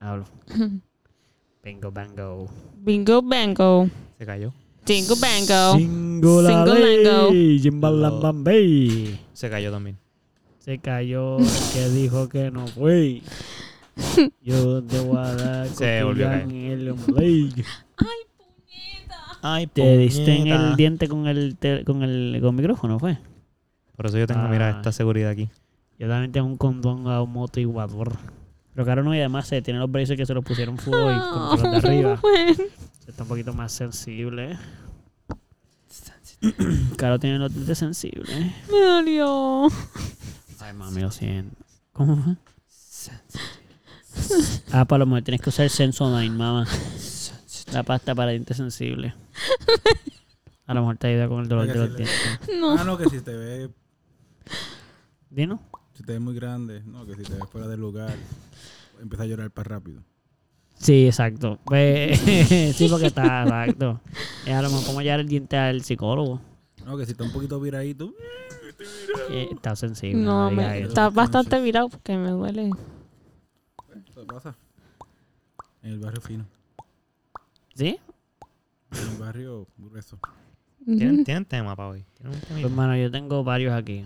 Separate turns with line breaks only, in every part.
Hablo. Bingo, bango.
Bingo bango.
Se cayó.
Jingle bango.
Single
Singolango.
Jimbalambambey.
Se cayó también.
Se cayó el que dijo que no fue. Yo te voy a dar
Se volvió a
cosquillas en el ombligo.
Ay,
Te diste en
puñeta.
el diente con el, te- con el con micrófono, ¿fue?
Por eso yo tengo,
Ah.
mira, esta seguridad aquí.
Yo también tengo un condón a un moto igual. Pero claro, no, y además se tienen los braces que se los pusieron full y
Ah.
como que los de arriba. Está un poquito más sensible. Caro tiene los dientes sensibles.
Me dolió.
Ay, mami, lo siento. ¿Cómo fue? Ah, para lo mejor tienes que usar Sensodyne, mamá. La pasta para dientes sensibles. A lo mejor te ayuda con el dolor de los dientes.
Ah, no, que si te ve,
Dino.
si te ve muy grande, no, que si te ve fuera del lugar, empieza a llorar para rápido.
Sí, exacto. Pues, sí, porque está exacto. Es a lo mejor como llevar el diente al psicólogo.
No, que si está un poquito viradito,
Eh, está sensible.
No,
diga
me,
eso.
está bastante virado porque me duele.
eso pasa. En el barrio fino,
¿Sí?
en el barrio grueso.
¿Tienen, tienen tema para hoy. ¿Tienen un
Pues,
temita?
hermano, yo tengo varios aquí.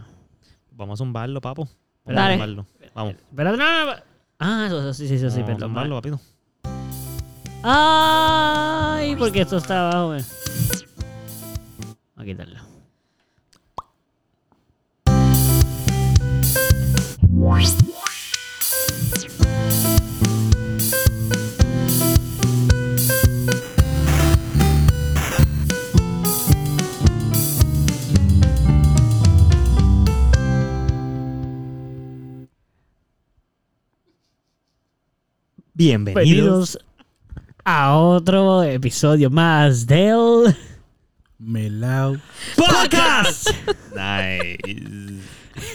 Vamos a zumbarlo, papo. Vamos
Dale.
a zumbarlo. Vamos.
Espérate, no, no, no. Ah, eso, eso, sí, sí, eso, sí,
Vamos a
perdón.
zumbarlo, papito.
Ay, porque esto está abajo, eh. Voy a quitarlo.
Bienvenidos.
Bienvenidos a otro episodio más del
Melao.
podcast.
Nice.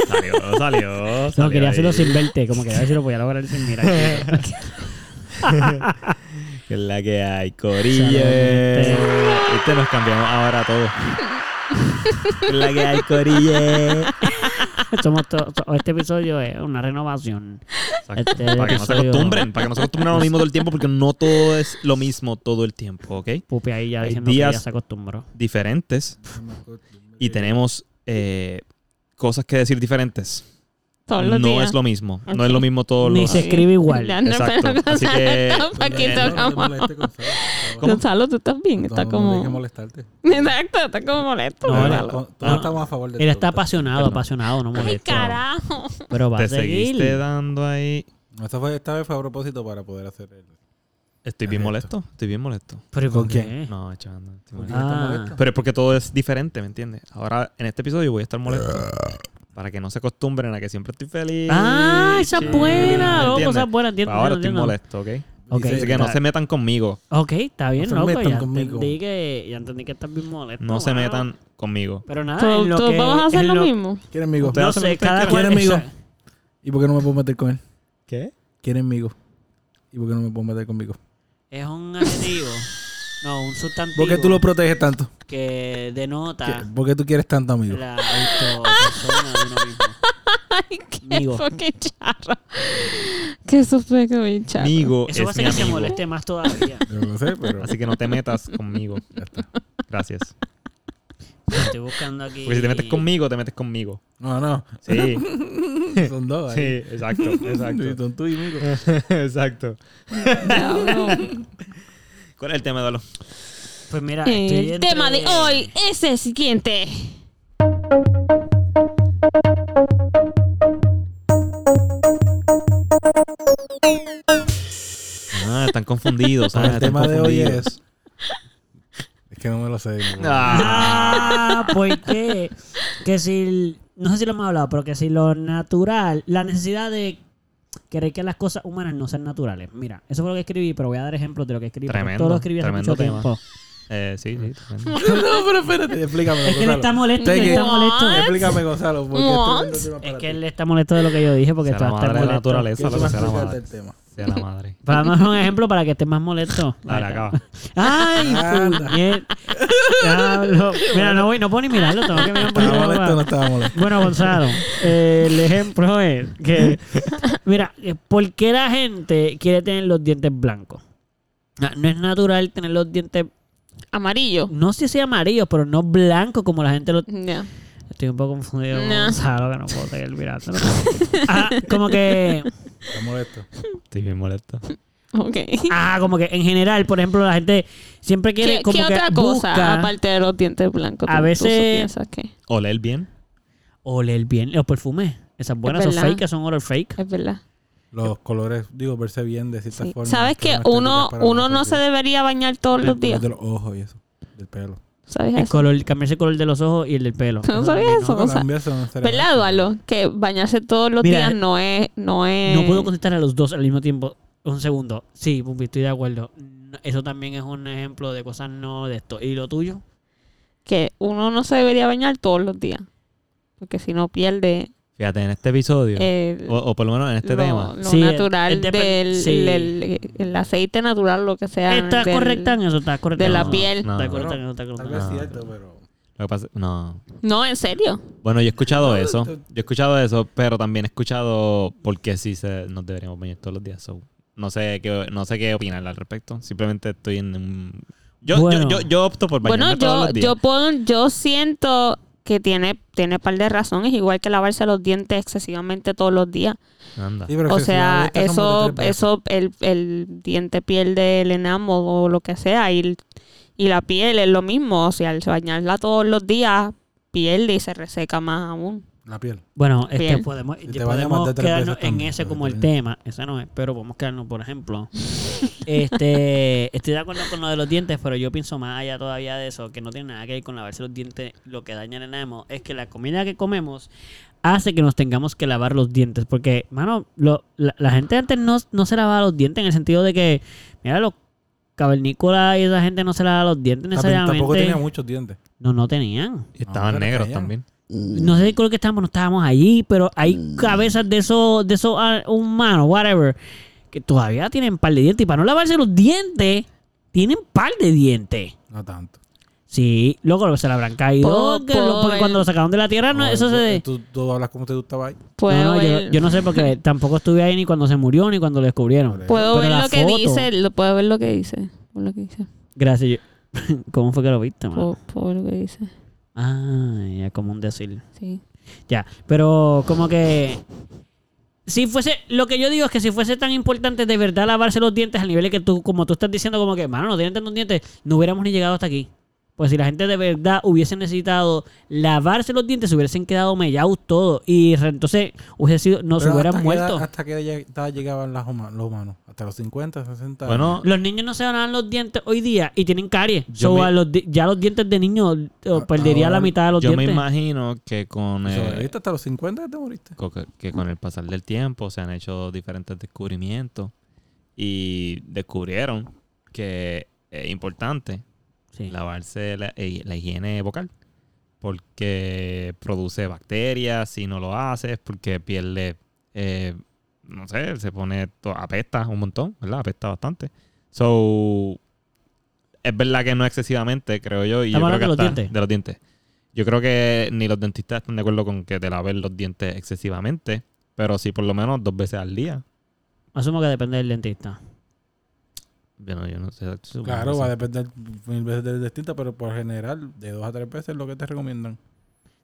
Salió, salió.
No,
salió
quería
ahí.
hacerlo sin verte, como que a ver si lo podía lograr sin mirar.
Que es la que hay, Corillo.
Saludete.
Este nos cambiamos ahora todo. Que es la que hay, Corillo.
Somos to- so- este episodio es una renovación. Este
para que no se
episodio-
acostumbren, para que no se acostumbren a lo mismo todo el tiempo, porque no todo es lo mismo todo el tiempo, ¿ok?
Pupi ahí ya
Hay
diciendo
días-
que ya se acostumbró.
Diferentes y tenemos eh, cosas que decir diferentes.
Todos los
no
días.
es lo mismo, no
Ok.
es lo mismo todos
Ni
los.
se escribe igual.
Ya no
Exacto.
pero
Así
Gonzalo
que- eh,
está un poquito
Bueno,
No, no
como-
te molestes, Gonzalo.
Gonzalo, tú estás bien.
No,
Está
no,
como.
tienes que molestarte.
Exacto, está como molesto.
No,
Mira,
vale.
con- todos
No.
estamos a favor de
Él está
todo.
apasionado, apasionado, no
Ay,
molesto.
carajo.
Pero va
Te
a seguir.
seguiste dando ahí.
Esta, fue, esta vez fue a propósito para poder hacer el...
Ah. Estoy bien
Correcto.
molesto, estoy bien molesto.
¿Pero ¿y por
¿Con
qué?
quién?
No, chaval, no estoy molesto.
Porque está
Ah.
molesto.
Pero es porque todo es diferente, ¿me entiendes? Ahora en este episodio voy a estar molesto. Para que no se acostumbren a que siempre estoy feliz.
Ah, esa es
chill,
buena, loco,
¿entiendes?
esa es buena, entiendo,
Ahora estoy
entiendo,
molesto, ¿ok?
Ok.
Dice-
Así que no se metan conmigo.
Ok, está bien,
se
loco.
metan
Ya
conmigo.
entendí, que, ya entendí que estás bien molesto.
No se
mano.
metan conmigo.
Pero nada, Ah, en
Todos
lo
todos
que-
vamos a hacer
en
lo, mismo.
¿Quiere amigo?
Ustedes
No
hacen
sé,
lo que ustedes
cada cual
quieran. Quiere amigo.
Exacto.
¿Y por qué no me puedo meter con él?
¿Qué?
¿Quiere amigo? ¿Y por qué no me puedo meter conmigo?
Es un adjetivo. No, un sustantivo.
¿Por qué tú lo proteges tanto?
Que denota
¿Qué- ¿Por qué tú quieres tanto amigo?
la autopersona de uno mismo.
Ay, qué
Migo.
fucking charro. Que eso fue que bien charro.
Amigo
Eso va a
es mi
hacer que se
amigo.
moleste más todavía.
Yo no sé, pero...
Así que no te metas conmigo. Gracias.
Estoy buscando aquí.
Porque si te metes conmigo, te metes conmigo.
No, no.
Sí,
Son dos
sí,
ahí.
exacto,
Sí,
exacto.
Son tú y amigo.
exacto.
Diablo.
¿Cuál es el tema, Eduardo?
Pues mira, estoy
El
entre-
tema de hoy es el siguiente.
Ah, están confundidos. ah,
El
están
tema de hoy
confundidos.
es... Es que no me lo sé. no.
Ah,
Ah, pues que, que si, el- no sé si lo hemos hablado, pero que si lo natural, la necesidad de querer que las cosas humanas no sean naturales. Mira, eso fue lo que escribí, pero voy a dar ejemplos de lo que escribí. porque
Tremendo,
todo lo escribí hace
tremendo
mucho
tema.
tiempo.
eh, sí, sí. tremendo.
no, pero espérate. Explícame,
Es que él
Gonzalo.
está molesto,
Take
él
it.
está molesto.
Explícame, Gonzalo. Porque
What?
esto es
Es
un tema para
que
ti.
él está molesto de lo que yo dije porque
Sea la
está, está
madre de la
molesto.
naturaleza,
Quiero
lo que sea la
explicarte
madre.
el tema.
Sea la madre.
Para dar un ejemplo para que estés más molesto.
Dale,
Ahí está.
acaba.
¡Ay,
Anda.
puñet! Diablo. Mira, no, voy, no puedo ni mirarlo. Tengo que mirar un poquito
¿Estaba
más
molesto o no
abajo.
estaba molesto?
Bueno, Gonzalo, eh, el ejemplo es que... Mira, eh, ¿por qué la gente quiere tener los dientes blancos? Ah, No es natural tener los dientes,
Amarillo.
no sé si amarillos, pero no blancos como la gente lo
Ya.
Estoy un poco confundido con
No.
Gonzalo, que no puedo seguir mirándolo. Ah, como que.
¿Estás molesto?
Estoy bien molesto.
Ok.
Ah, como que en general, por ejemplo, la gente siempre quiere.
¿Qué,
como
qué
que
otra cosa Ah,
busca
aparte de los dientes blancos?
A
tú- tú
veces-
piensas que
Oler bien.
Oler bien los perfumes. Esas buenas son
verdad.
fake, que son olor fake.
es verdad.
Los colores, digo, verse bien de cierta
Sí.
forma.
Sabes que
formas
uno,
estéticas para
uno no
nosotros.
se debería bañar todos los días.
De los ojos y eso, del pelo.
¿Sabes
El
eso?
color, cambiarse el color de los ojos y el del pelo.
¿Tú no sabías eso?
No,
O sea,
cambiarse no estaría
¿Verdad,
mal.
Eduardo? Que bañarse todos los
Mira,
días no es, no es...
No puedo contestar a los dos al mismo tiempo. Un segundo. Sí, Pupi, estoy de acuerdo. No, Eso también es un ejemplo de cosas no de esto. ¿Y lo tuyo?
que uno no se debería bañar todos los días. Porque si no pierde
Fíjate, en este episodio,
el,
o, o por lo menos en este
lo,
tema,
lo
Oh, Sí,
natural
el- el depe-
del
sí.
del- el aceite natural, lo que sea.
¿Estás
del-
correcta en eso? ¿Estás correcta
de
en
la
eso?
piel.
No,
¿Estás
no,
correcta en eso? ¿Estás correcta
Tal
en
vez
eso?
es cierto, pero.
lo que pasa- no.
No, en serio.
Bueno, yo he escuchado eso.
tú-
Yo he escuchado eso, pero también he escuchado por qué sí se, nos deberíamos bañar todos los días. so, no sé qué, no sé qué opinar al respecto. Simplemente estoy en un... Yo,
Bueno.
yo, yo, yo opto por bañarme
Bueno,
todos
yo,
los días.
yo puedo, yo siento que tiene, tiene par de razones, igual que lavarse los dientes excesivamente todos los días.
Anda.
Sí, pero
O
que si
sea,
las de estas son
eso,
de tres
eso,
brazos.
el, el diente pierde el enamo o lo que sea, y, el- y la piel es lo mismo. O sea, al bañarla todos los días, pierde y se reseca más aún.
La piel.
Bueno, es que
Bien.
podemos,
Y te bañas más
podemos
de tres
quedarnos
veces
en
también,
ese
pero
como el
está bien.
tema. Ese no es, pero podemos quedarnos, por ejemplo. este, estoy de acuerdo con lo de los dientes, pero yo pienso más allá todavía de eso, que no tiene nada que ver con lavarse los dientes. Lo que daña el enamo es que la comida que comemos hace que nos tengamos que lavar los dientes. Porque, mano, lo- la, la gente antes no, no se lavaba los dientes en el sentido de que, mira, los cavernícolas y esa gente no se lavaba los dientes
Tamp- Tampoco
necesariamente.
tenía muchos dientes.
No, no tenían.
Y Estaban
pero
negros
callan.
también.
No sé de color que estábamos, no estábamos allí, pero hay cabezas de esos de esos ah, humanos, whatever, que todavía tienen par de dientes. Y para no lavarse los dientes, tienen par de dientes.
No tanto.
Sí, luego se le habrán caído.
Puedo-
que lo- porque cuando
puedo ver.
lo sacaron de la tierra, no,
No,
eso se.
Tú, tú hablas como si tú estabas ahí.
Puedo
no, no, yo-
ver,
yo, no sé porque tampoco estuve ahí ni cuando se murió ni cuando lo descubrieron.
puedo
pero
ver
la
lo que
foto-
dice, lo, puedo ver lo que dice. por Lo que dice.
Gracias. yo- ¿Cómo fue que lo viste, mano?
Puedo, puedo ver lo que dice.
Ah, ya como un decir.
Sí.
Ya, pero como que... Si fuese, lo que yo digo es que si fuese tan importante de verdad lavarse los dientes al nivel de que tú, como tú estás diciendo, como que, mano, no tienen tantos dientes, no hubiéramos ni llegado hasta aquí. Pues si la gente de verdad hubiese necesitado lavarse los dientes, se hubiesen quedado mellados todos y re- entonces hubiese sido, no se
Pero
hubieran
hasta qué edad-
muerto.
¿Hasta qué edad lleg- llegaban las huma- los humanos? ¿Hasta los 50, 60?
Bueno,
Los niños no se lavan los dientes hoy día y tienen caries.
Yo
So,
me-
a los di- ya los dientes de niño eh, perdería la
ahora
mitad de los
yo me
dientes.
imagino que con, eh,
¿Sobreviviste hasta los 50 que te moriste?
co- que- que con el pasar del tiempo se han hecho diferentes descubrimientos y descubrieron que es importante
Sí.
lavarse la, eh, la higiene vocal porque produce bacterias si no lo haces porque pierde eh, no sé se pone to- apesta un montón verdad apesta bastante so es verdad que no excesivamente creo yo y yo
Estamos
creo
hablando
que
de los
hasta-
dientes.
de los dientes yo creo que ni los dentistas están de acuerdo con que te laves los dientes excesivamente pero sí por lo menos dos veces al día
Asumo que depende del dentista.
bueno yo no sé supongo
Claro,
que
va a
sí.
depender mil veces del destino, pero por general, de dos a tres veces es lo que te recomiendan.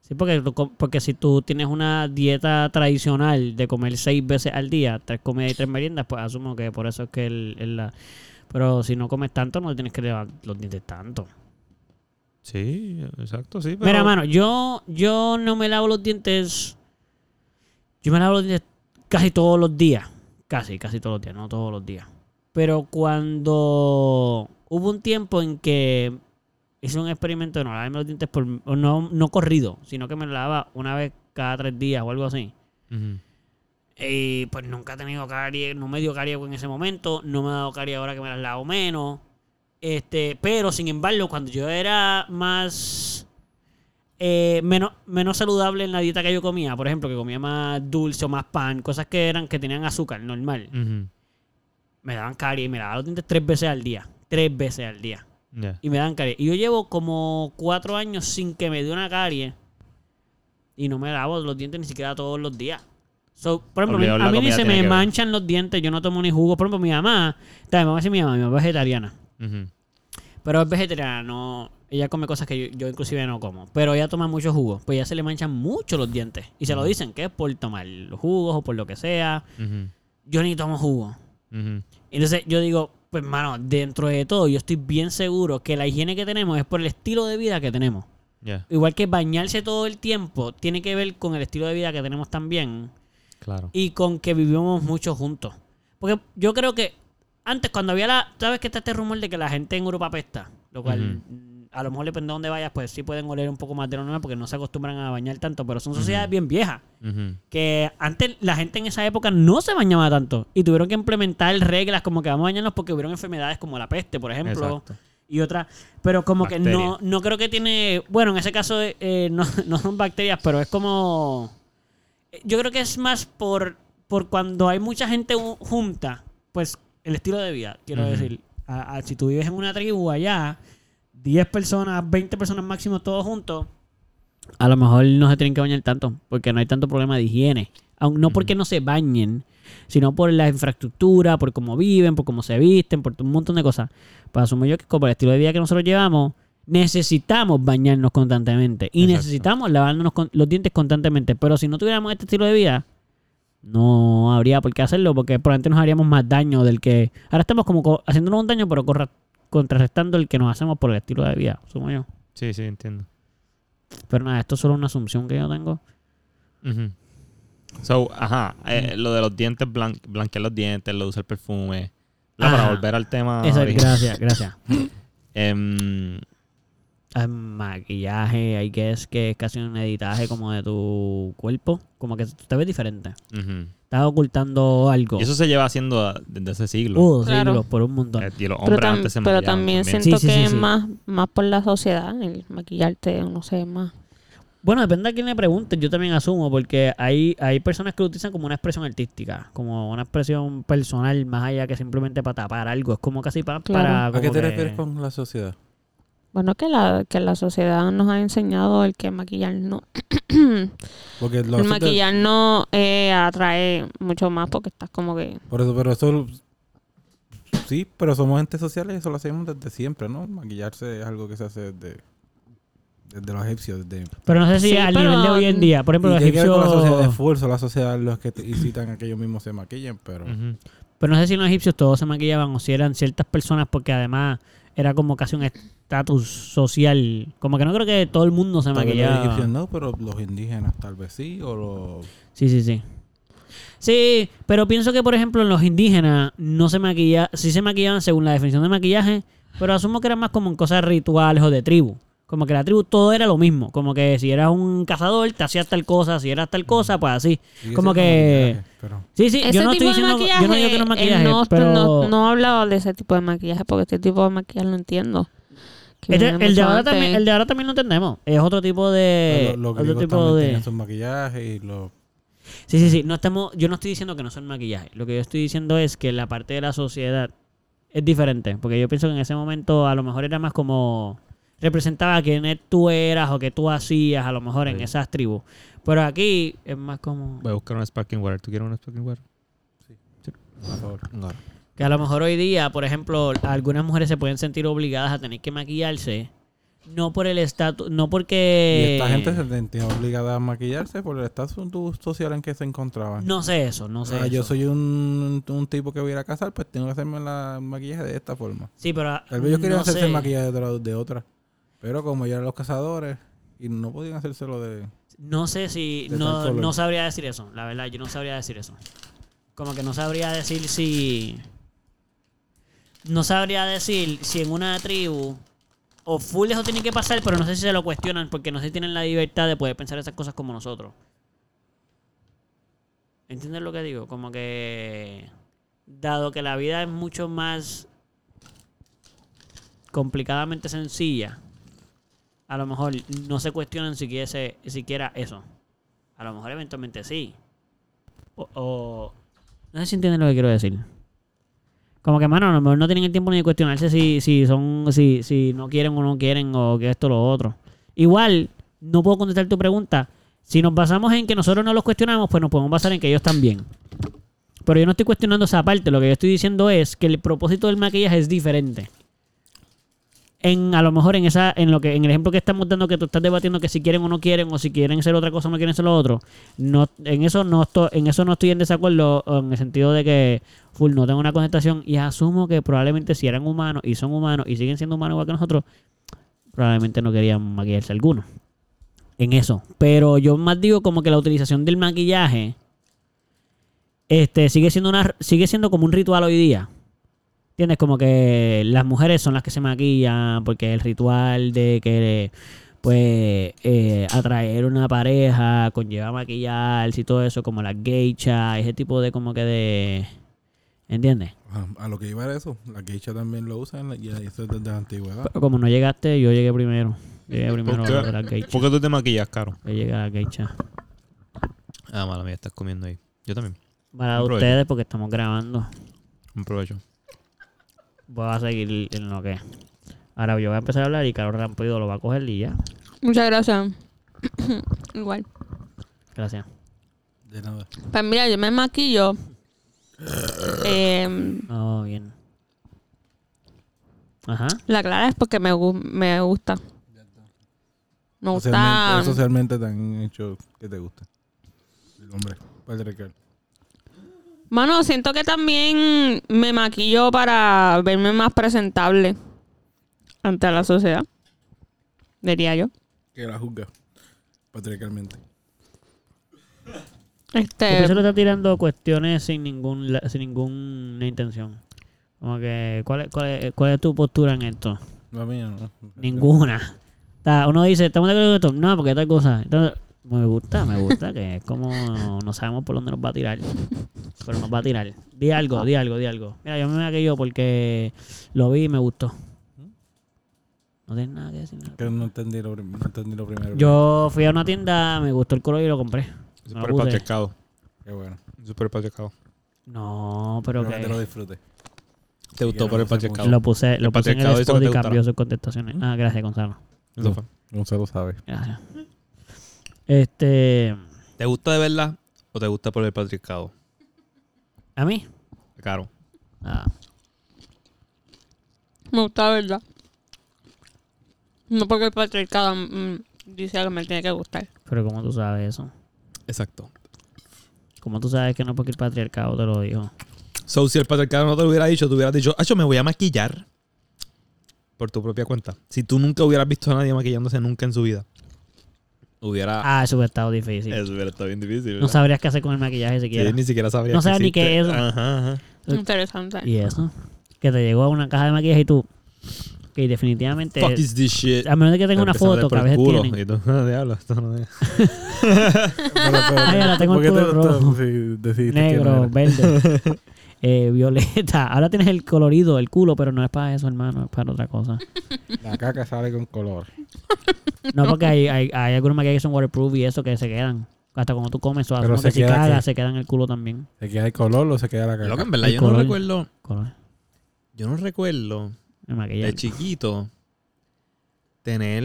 Sí, porque, tú com- porque si tú tienes una dieta tradicional de comer seis veces al día, tres comidas y tres meriendas, pues asumo que por eso es que el, el la... Pero si no comes tanto, no tienes que llevar los dientes tanto.
sí exacto sí pero-
Mira, mano, yo, yo no me lavo los dientes... Yo me lavo los dientes casi todos los días. Casi, casi todos los días, no todos los días. Pero cuando hubo un tiempo en que hice un experimento de no lavarme los dientes, por, o no, no corrido, sino que me lavaba una vez cada tres días o algo así.
Ujú.
Y pues nunca he tenido caries, no me dio caries en ese momento, no me ha dado caries ahora que me las lavo menos. Este, pero sin embargo, cuando yo era más eh, menos, menos saludable en la dieta que yo comía, por ejemplo, que comía más dulce o más pan, cosas que eran que tenían azúcar normal,
Ujú.
me daban caries, me daban los dientes tres veces al día. Tres veces al día.
Ya.
Y me dan caries. Y yo llevo como cuatro años sin que me dé una carie. Y no me lavo los dientes ni siquiera todos los días. So, por ejemplo,
Obligado,
a mí-
la
a mí ni
comida
se
tiene
me
que ver.
manchan los dientes. Yo no tomo ni jugo. Por ejemplo, mi mamá. También, mi mamá sí, mi mamá. Mi mamá es vegetariana.
Ujú.
Pero es vegetariana. No, ella come cosas que yo, yo inclusive no como. Pero ella toma mucho jugo. Pues ya se le manchan mucho los dientes. Y se lo dicen que es por tomar los jugos o por lo que sea.
Ujú.
Yo ni tomo jugo.
Ujú.
Entonces yo digo, pues mano, dentro de todo yo estoy bien seguro que la higiene que tenemos es por el estilo de vida que tenemos.
Ya,
Igual que bañarse todo el tiempo tiene que ver con el estilo de vida que tenemos también
claro.
y con que vivimos mucho juntos. Porque yo creo que antes cuando había la... ¿Sabes que está este rumor de que la gente en Europa pesta? Lo cual mm, a lo mejor depende de dónde vayas, pues sí pueden oler un poco más de lo normal porque no se acostumbran a bañar tanto, pero son sociedades bien viejas
Ujú.
que antes la gente en esa época no se bañaba tanto y tuvieron que implementar reglas como que vamos a bañarnos porque hubieron enfermedades como la peste, por ejemplo,
Exacto.
y otras, pero como que no,
Bacterias.
no creo que tiene, bueno, en ese caso eh, no, no son bacterias, pero es como, eh, yo creo que es más por, por cuando hay mucha gente ju- junta, pues el estilo de vida, quiero
Ujú.
decir, A- a- si tú vives en una tribu allá, 10 personas, 20 personas máximo todos juntos, a lo mejor no se tienen que bañar tanto, porque no hay tanto problema de higiene. Aun- No porque no se bañen, sino por la infraestructura, por cómo viven, por cómo se visten, por un montón de cosas. Pues asumo yo que como el estilo de vida que nosotros llevamos, necesitamos bañarnos constantemente y
Exacto.
necesitamos lavarnos con- los dientes constantemente. Pero si no tuviéramos este estilo de vida, no habría por qué hacerlo, porque probablemente nos haríamos más daño del que... Ahora estamos como co- haciéndonos un daño, pero corra- contrarrestando el que nos hacemos por el estilo de vida, asumo yo.
Sí, sí, entiendo.
Pero nada, esto es solo una asunción que yo tengo.
Ujú. So, ajá, eh, lo de los dientes, blan- blanquear los dientes, lo de usar perfume. No, para
Ajá.
volver al tema.
Esa-
original.
gracias, gracias.
Em,
Hay Ah, maquillaje, hay que es que es casi un editaje como de tu cuerpo. Como que tú te ves diferente.
ujú.
Estás ocultando algo.
Y eso se lleva haciendo ah, desde ese siglo.
Uh,
Claro.
siglos, por un montón.
Eh, y
Pero,
los hombres
tam-
antes se
pero
maquillaban
también
Sí,
siento
sí,
que
sí,
es
sí.
más, más por la sociedad, el maquillarte, no sé, más.
Bueno, depende a quién le pregunte. Yo también asumo, porque hay, hay personas que lo utilizan como una expresión artística, como una expresión personal, más allá que simplemente para tapar algo. Es como casi pa-
Claro.
para.
¿A qué
como
te
que-
refieres con la sociedad?
Bueno, que la, que la sociedad nos ha enseñado el que maquillar no.
Porque lo
el
aceptan-
maquillar no eh, atrae mucho más porque estás como que.
Por eso, pero eso... Sí, pero somos entes sociales y eso lo hacemos desde siempre, ¿no? Maquillarse es algo que se hace desde, desde los egipcios. Desde,
Pero no sé si
Sí,
al
pero-
nivel de hoy en día. Por
y
ejemplo, los
que hay que ver con la sociedad de
egipcios.
esfuerzo, la sociedad los que te incitan a que ellos mismos se maquillen, pero...
Ujú.
Pero no sé si en los egipcios todos se maquillaban o si eran ciertas personas porque además era como casi un estatus social. Como que no creo que todo el mundo se
Tal vez los
maquillaba.
egipcios no, pero los indígenas tal vez sí, o los...
Sí, sí, sí. Sí, pero pienso que por ejemplo en los indígenas no se maquillaban, sí se maquillaban según la definición de maquillaje, pero asumo que era más como en cosas rituales o de tribu. Como que la tribu todo era lo mismo. Como que si eras un cazador, te hacías tal cosa, si eras tal cosa, pues así.
Sí,
Como
sí,
que-
maquillaje, pero-
Sí, sí,
Ese
yo no
tipo
estoy
de
diciendo,
maquillaje.
yo no digo que no es
él
maquillaje,
no,
pero...
no, no hablaba de ese tipo de maquillaje porque este tipo de maquillaje lo entiendo. Que
Este-
viene
el, de
mucho
ahora
antes.
también, el de ahora también lo entendemos. Es otro tipo de.
Los,
eh,
los
otro
griegos
tipo
también
de.
tenían sus maquillajes y los...
Sí, sí, sí. No estamos, yo no estoy diciendo que no son maquillaje. Lo que yo estoy diciendo es que la parte de la sociedad es diferente. Porque yo pienso que en ese momento a lo mejor era más como. Representaba quién tú eras o qué tú hacías, a lo mejor en
Sí.
esas tribus. Pero aquí es más como.
Voy a buscar un sparkling water. ¿Tú quieres un sparkling water?
Por favor.
Ahora.
Que a lo mejor hoy día, por ejemplo, algunas mujeres se pueden sentir obligadas a tener que maquillarse. No por el estatus. No porque.
Y esta gente se sentía obligada a maquillarse por el estatus social en que se encontraban.
No sé eso, no sé.
Ah, yo
eso.
soy un, un tipo que voy a ir a casar, pues tengo que hacerme la maquillaje de esta forma.
Sí, pero.
Tal vez ellos
Mm,
querían
no
hacerse
sé.
el maquillaje de, la- de otra. Pero como ya eran los cazadores y no podían hacérselo de...
No sé si.
De
No,
tal color.
no sabría decir eso. La verdad, yo no sabría decir eso. Como que no sabría decir si. No sabría decir si en una tribu. O full eso tiene que pasar, pero no sé si se lo cuestionan porque no sé si tienen la libertad de poder pensar esas cosas como nosotros. ¿Entiendes lo que digo? Como que. Dado que la vida es mucho más. complicadamente sencilla a lo mejor no se cuestionan siquiera, ese- siquiera eso. A lo mejor eventualmente sí. O, o- No sé si entienden lo que quiero decir. Como que, mano, a lo mejor no tienen el tiempo ni de cuestionarse si, si son, si, si no quieren o no quieren o que esto o lo otro. Igual, no puedo contestar tu pregunta. Si nos basamos en que nosotros no los cuestionamos, pues nos podemos basar en que ellos también. Pero yo no estoy cuestionando esa parte. Lo que yo estoy diciendo es que el propósito del maquillaje es diferente. En, a lo mejor en esa en lo que en el ejemplo que estamos dando que tú estás debatiendo que si quieren o no quieren o si quieren ser otra cosa o no quieren ser lo otro no en eso no estoy en eso no estoy en desacuerdo en el sentido de que full no tengo una contestación y asumo que probablemente si eran humanos y son humanos y siguen siendo humanos igual que nosotros probablemente no querían maquillarse alguno en eso pero yo más digo como que la utilización del maquillaje este sigue siendo una sigue siendo como un ritual hoy día ¿Entiendes? Como que las mujeres son las que se maquillan porque el ritual de que, pues, eh, atraer una pareja conlleva maquillarse y todo eso, como las geishas, ese tipo de, como que de... ¿Entiendes?
Ajá, A lo que iba era eso. La geisha también lo usan la- y eso es desde la antigüedad.
Pero como no llegaste, yo llegué primero. Llegué primero a
qué?
lo de las geishas.
Ah. ¿Por qué tú te maquillas, caro?
Yo llegué a las geishas.
Ah, mala mía, estás comiendo ahí. Yo también.
Para
Aprovecho.
ustedes, porque estamos grabando.
Un provecho.
Voy a seguir en lo que... Ahora yo voy a empezar a hablar y Carlos Rampido lo va a coger y ya.
Muchas gracias. Igual.
Gracias.
De nada.
Pues mira, yo me maquillo. eh,
Oh, bien. Ajá.
la clara es porque me, gu- me gusta. Me gusta.
Socialmente, socialmente te han hecho que te gusta. El hombre patriarcal.
Mano, siento que también me maquillo para verme más presentable ante la sociedad. Diría yo.
Que la juzga patriarcalmente.
Porque
Este.
se lo está tirando cuestiones sin ningún la- sin ninguna intención. Como que, ¿cuál es, cuál es, cuál es tu postura en esto?
No, mía, no.
Ninguna. O sea, uno dice, ¿estamos de acuerdo con esto? No, porque tal cosa. Entonces, me gusta, me gusta, que es como no sabemos por dónde nos va a tirar. Pero nos va a tirar. Di algo, di algo, di algo. Mira, yo me aquello porque lo vi y me gustó. No tienes nada que decir. nada.
Que no entendí lo, prim- no entendí lo primero.
Yo fui a una tienda, me gustó el color y lo compré. Me lo
Super
puse.
patriarcado.
Qué bueno.
Super patriarcado.
No, pero
Ojalá
que...
te lo disfrutes.
Te gustó
que
por
no
el
se puso.
patriarcado.
Lo puse, lo
El
puse en el
patriarcado hizo que
spot
te
y
gustara.
cambió sus contestaciones. Ah, gracias, Gonzalo.
Eso fue.
No se lo sabe.
Gracias. Este.
¿Te gusta de verdad o te gusta por el patriarcado?
¿A mí?
Caro.
Ah,
Me gusta, la ¿verdad? No porque el patriarcado mm, dice algo que me tiene que gustar.
pero ¿cómo tú sabes eso?
Exacto.
¿Cómo tú sabes que no porque el patriarcado te lo dijo?
So, si el patriarcado no te lo hubiera dicho, te hubieras dicho, ah, yo me voy a maquillar por tu propia cuenta. Si tú nunca hubieras visto a nadie maquillándose nunca en su vida, hubiera...
Ah, eso hubiera estado difícil.
Eso hubiera estado bien difícil.
No
¿verdad?
sabrías qué hacer con el maquillaje siquiera.
Sí, ni siquiera sabría
No sabes ni
existe.
qué es eso.
Ajá, ajá.
Eh, Interesante.
¿Y eso? Que te llegó a una caja de maquillaje y tú. Que definitivamente.
Fuck is this shit.
A menos de que tenga una
Empezando
foto que
por
a
el
veces
culo.
tienen.
Y tú, "Ah, diablo, esto no es".
Ah, ya la tengo en color rojo. Negro, verde, eh, violeta. Ahora tienes el colorido, el culo, pero no es para eso, hermano, es para otra cosa.
La caca sale con color.
No, porque hay, hay, hay algunos maquillajes que son waterproof y eso que se quedan. Hasta cuando tú comes, o
Pero
asumo
se
que si
queda
cagas,
qué?
se queda en el culo también.
¿Se queda el color o se queda la caca?
Loco, en verdad,
El
yo no
color.
recuerdo...
Color,
Yo no recuerdo
el
de
maquillaje.
chiquito tener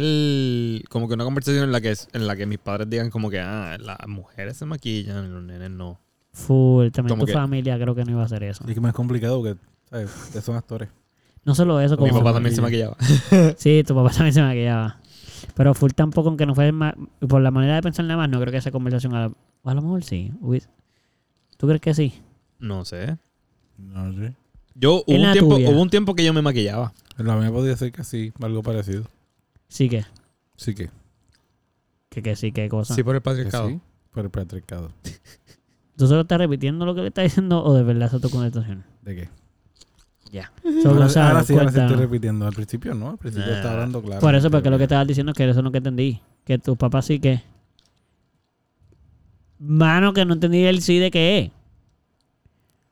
como que una conversación en la que en la que mis padres digan como que ah, las mujeres se maquillan y los nenes no.
Full, también
Como
tu
que-
familia creo que no iba a hacer eso.
Sí, que más complicado que ¿sabes? Ustedes son actores.
No solo eso,
Mi
como...
papá también se maquillaba.
Sí, tu papá también se maquillaba. Pero full tampoco, aunque no fue ma- por la manera de pensar nada más, no creo que esa conversación a, la- a lo mejor sí. Hubiese- ¿Tú crees que sí?
No sé.
No sé.
Yo hubo
En
un
la
tiempo,
tuya.
hubo un tiempo que yo me maquillaba.
La mía podría ser casi algo parecido.
Sí que,
Sí que.
que, que sí, qué cosa.
Sí, por el
que
patriarcado.
sí, por el patriarcado.
¿Tú solo estás repitiendo lo que le estás diciendo o de verdad esa es tu contestación?
¿De qué?
Ya.
Ahora,
Gonzalo,
ahora sí, ahora sí estoy
cuéntanos.
repitiendo. Al principio no, al principio
Nah.
estaba hablando claro.
Por eso, porque lo que estabas diciendo es que eso es lo que entendí. Que tus papás sí que. Mano, que no entendí el sí de qué es.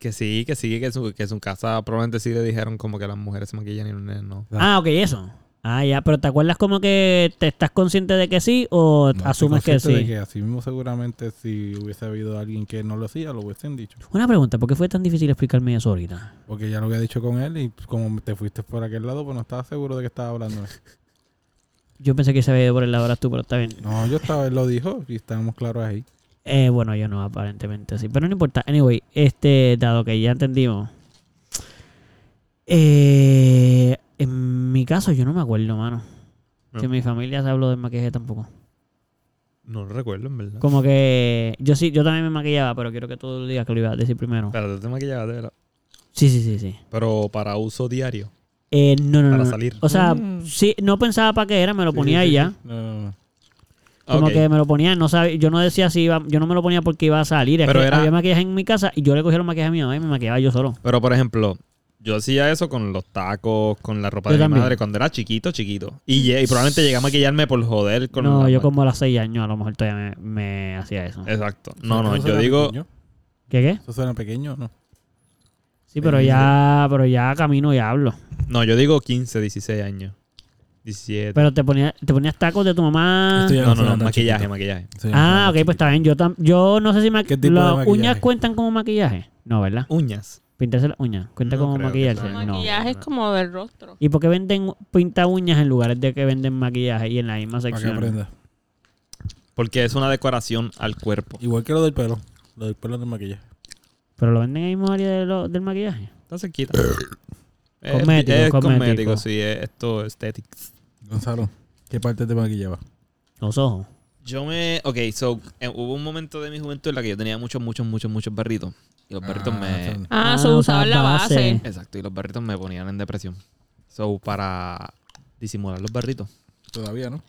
Que sí, que sí, que en su, que en su casa probablemente sí le dijeron como que las mujeres se maquillan y los nenes no.
Ah.
Ah, ok, eso. Ah, ya, pero ¿te acuerdas como que te estás consciente de que sí o
No, estoy
asumes que
consciente de
sí?
que así mismo seguramente si hubiese habido alguien que no lo hacía, lo hubiesen dicho.
Una pregunta, ¿por qué fue tan difícil explicarme eso ahorita?
Porque ya lo había dicho con él y pues, como te fuiste por aquel lado, pues no estaba seguro de que estaba hablando.
Yo pensé que se había ido por el lado ahora tú, pero está bien.
No, yo estaba, él lo dijo y estábamos claros ahí.
Eh, bueno, yo no, aparentemente sí. Pero no importa. Anyway, este, dado que ya entendimos. Eh, en mi caso, yo no me acuerdo, mano.
No.
Que mi familia se habló del maquillaje tampoco.
No lo recuerdo, en verdad.
Como que yo sí, yo también me maquillaba, pero quiero que tú digas que lo iba a decir primero.
Pero tú te maquillabas, de verdad.
Sí, sí, sí, sí.
Pero para uso diario.
Eh, no, no, no,
Para
no.
salir.
O sea,
Mm.
sí, no pensaba para qué era, me lo
Sí,
ponía
sí,
y
sí.
ya.
No, no,
Como
Ok.
que me lo ponía, no sabía, yo no decía si iba, yo no me lo ponía porque iba a salir. Es
Pero
que
era-
había maquillaje en mi casa y yo le cogía los maquillajes a mi mamá y me maquillaba yo solo.
Pero, por ejemplo, yo hacía eso con los tacos, con la ropa
Yo
de
también.
mi madre cuando era chiquito, chiquito. Y, lle- y probablemente llegué a maquillarme por joder con
no,
la-
yo como a los 6 años a lo mejor todavía me, me hacía eso.
Exacto. No,
Eso
no, yo
suena
digo...
pequeño.
¿Qué qué?
Eso suena pequeño, ¿no?
Sí, pero ya, pero ya camino y hablo.
No, yo digo 15, 16 años. 17.
Pero te ponías, te ponías tacos de tu mamá.
Esto ya
no, no,
suena
no,
tan
maquillaje,
chiquito.
maquillaje.
Eso ya no
ah,
suena tan
ok, pues
chiquito.
está bien. Yo tam- yo no sé si ma-
¿Qué tipo de
las
maquillaje?
uñas cuentan como maquillaje. No, ¿verdad?
Uñas.
Pintarse las uñas. Cuenta
No
como
creo que
maquillarse.
sea.
No.
Maquillaje es como del rostro.
¿Y por qué venden pinta uñas en lugares de que venden maquillaje y en la misma
Para que
sección?
aprenda.
Porque es una decoración al cuerpo.
Igual que lo del pelo. Lo del pelo del maquillaje.
Pero lo venden en el mismo área de lo- del maquillaje.
Está cerquita. Es-
Cosmético,
es
cosmético.
cosmético, sí. Es esto aesthetics.
Gonzalo, ¿qué parte te maquillaba?
Los ojos.
Yo me... Ok, so, eh, hubo un momento de mi juventud en la que yo tenía muchos, muchos, muchos, muchos barritos. Y los barritos
Ah,
me...
son-
Ah,
Ah,
se usaba
usaba
la
base.
base.
Exacto, y los barritos me ponían en depresión. So, para disimular los barritos,
Todavía, ¿no?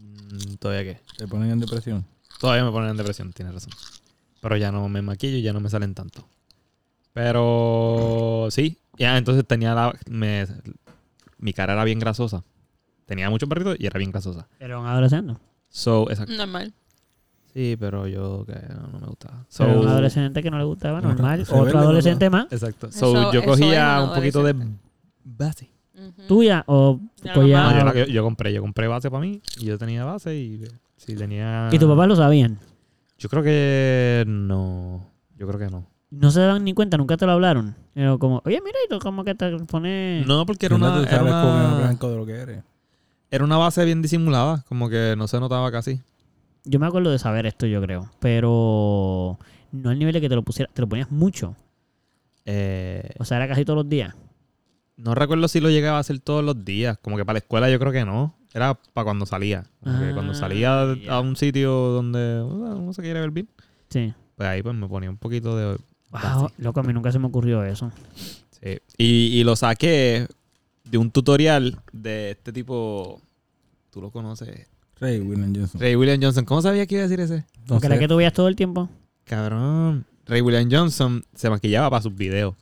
mm, todavía qué.
Te ponen en depresión.
Todavía me ponen en depresión, tienes razón. Pero ya no me maquillo y ya no me salen tanto. Pero sí, ya entonces tenía la. me- mi cara era bien grasosa. Tenía muchos barritos y era bien grasosa.
Pero un adolescente.
So, exacto.
Normal.
Sí, pero yo que no, no me gustaba. So,
Pero un adolescente que no le gustaba,
Ajá.
normal.
Se vende,
Otro
¿no?
adolescente más.
Exacto.
Eso-
So,
eso
yo
es
cogía
un
un poquito de
adolescente.
base.
Ujú.
¿Tuya o
Ya
collar?
Ah.
No, yo, la- yo- yo compré, yo compré base para mí. Y yo tenía base y si tenía.
¿Y tus papás lo sabían?
Yo creo que no. Yo creo que no.
No se daban ni cuenta, nunca te lo hablaron. Pero como, oye, mira, y tú como que te pones...
Mm. No, porque era
Nunca
una,
tú
era,
sabes cómo es
una,
blanco de lo que eres.
era una base bien disimulada. Como que no se notaba casi.
Yo me acuerdo de saber esto, yo creo. Pero no al nivel de que te lo pusiera, te lo ponías mucho.
Eh,
O sea, era casi todos los días.
no recuerdo si lo llegaba a hacer todos los días. Como que para la escuela yo creo que no. Era para cuando salía. Como que cuando
Ah,
salía
ya.
a un sitio donde uh, uno se quiere ver bien.
Sí.
Pues ahí pues me ponía un poquito de...
Wow, loco, a mí nunca se me ocurrió eso.
sí. Y, y lo saqué de un tutorial de este tipo... Tú lo conoces.
Ray William Johnson.
Ray William Johnson. ¿Cómo sabía que iba a decir ese?
No
¿Crees
sé.
que tú veías todo el tiempo?
Cabrón. Ray William Johnson se maquillaba para sus videos.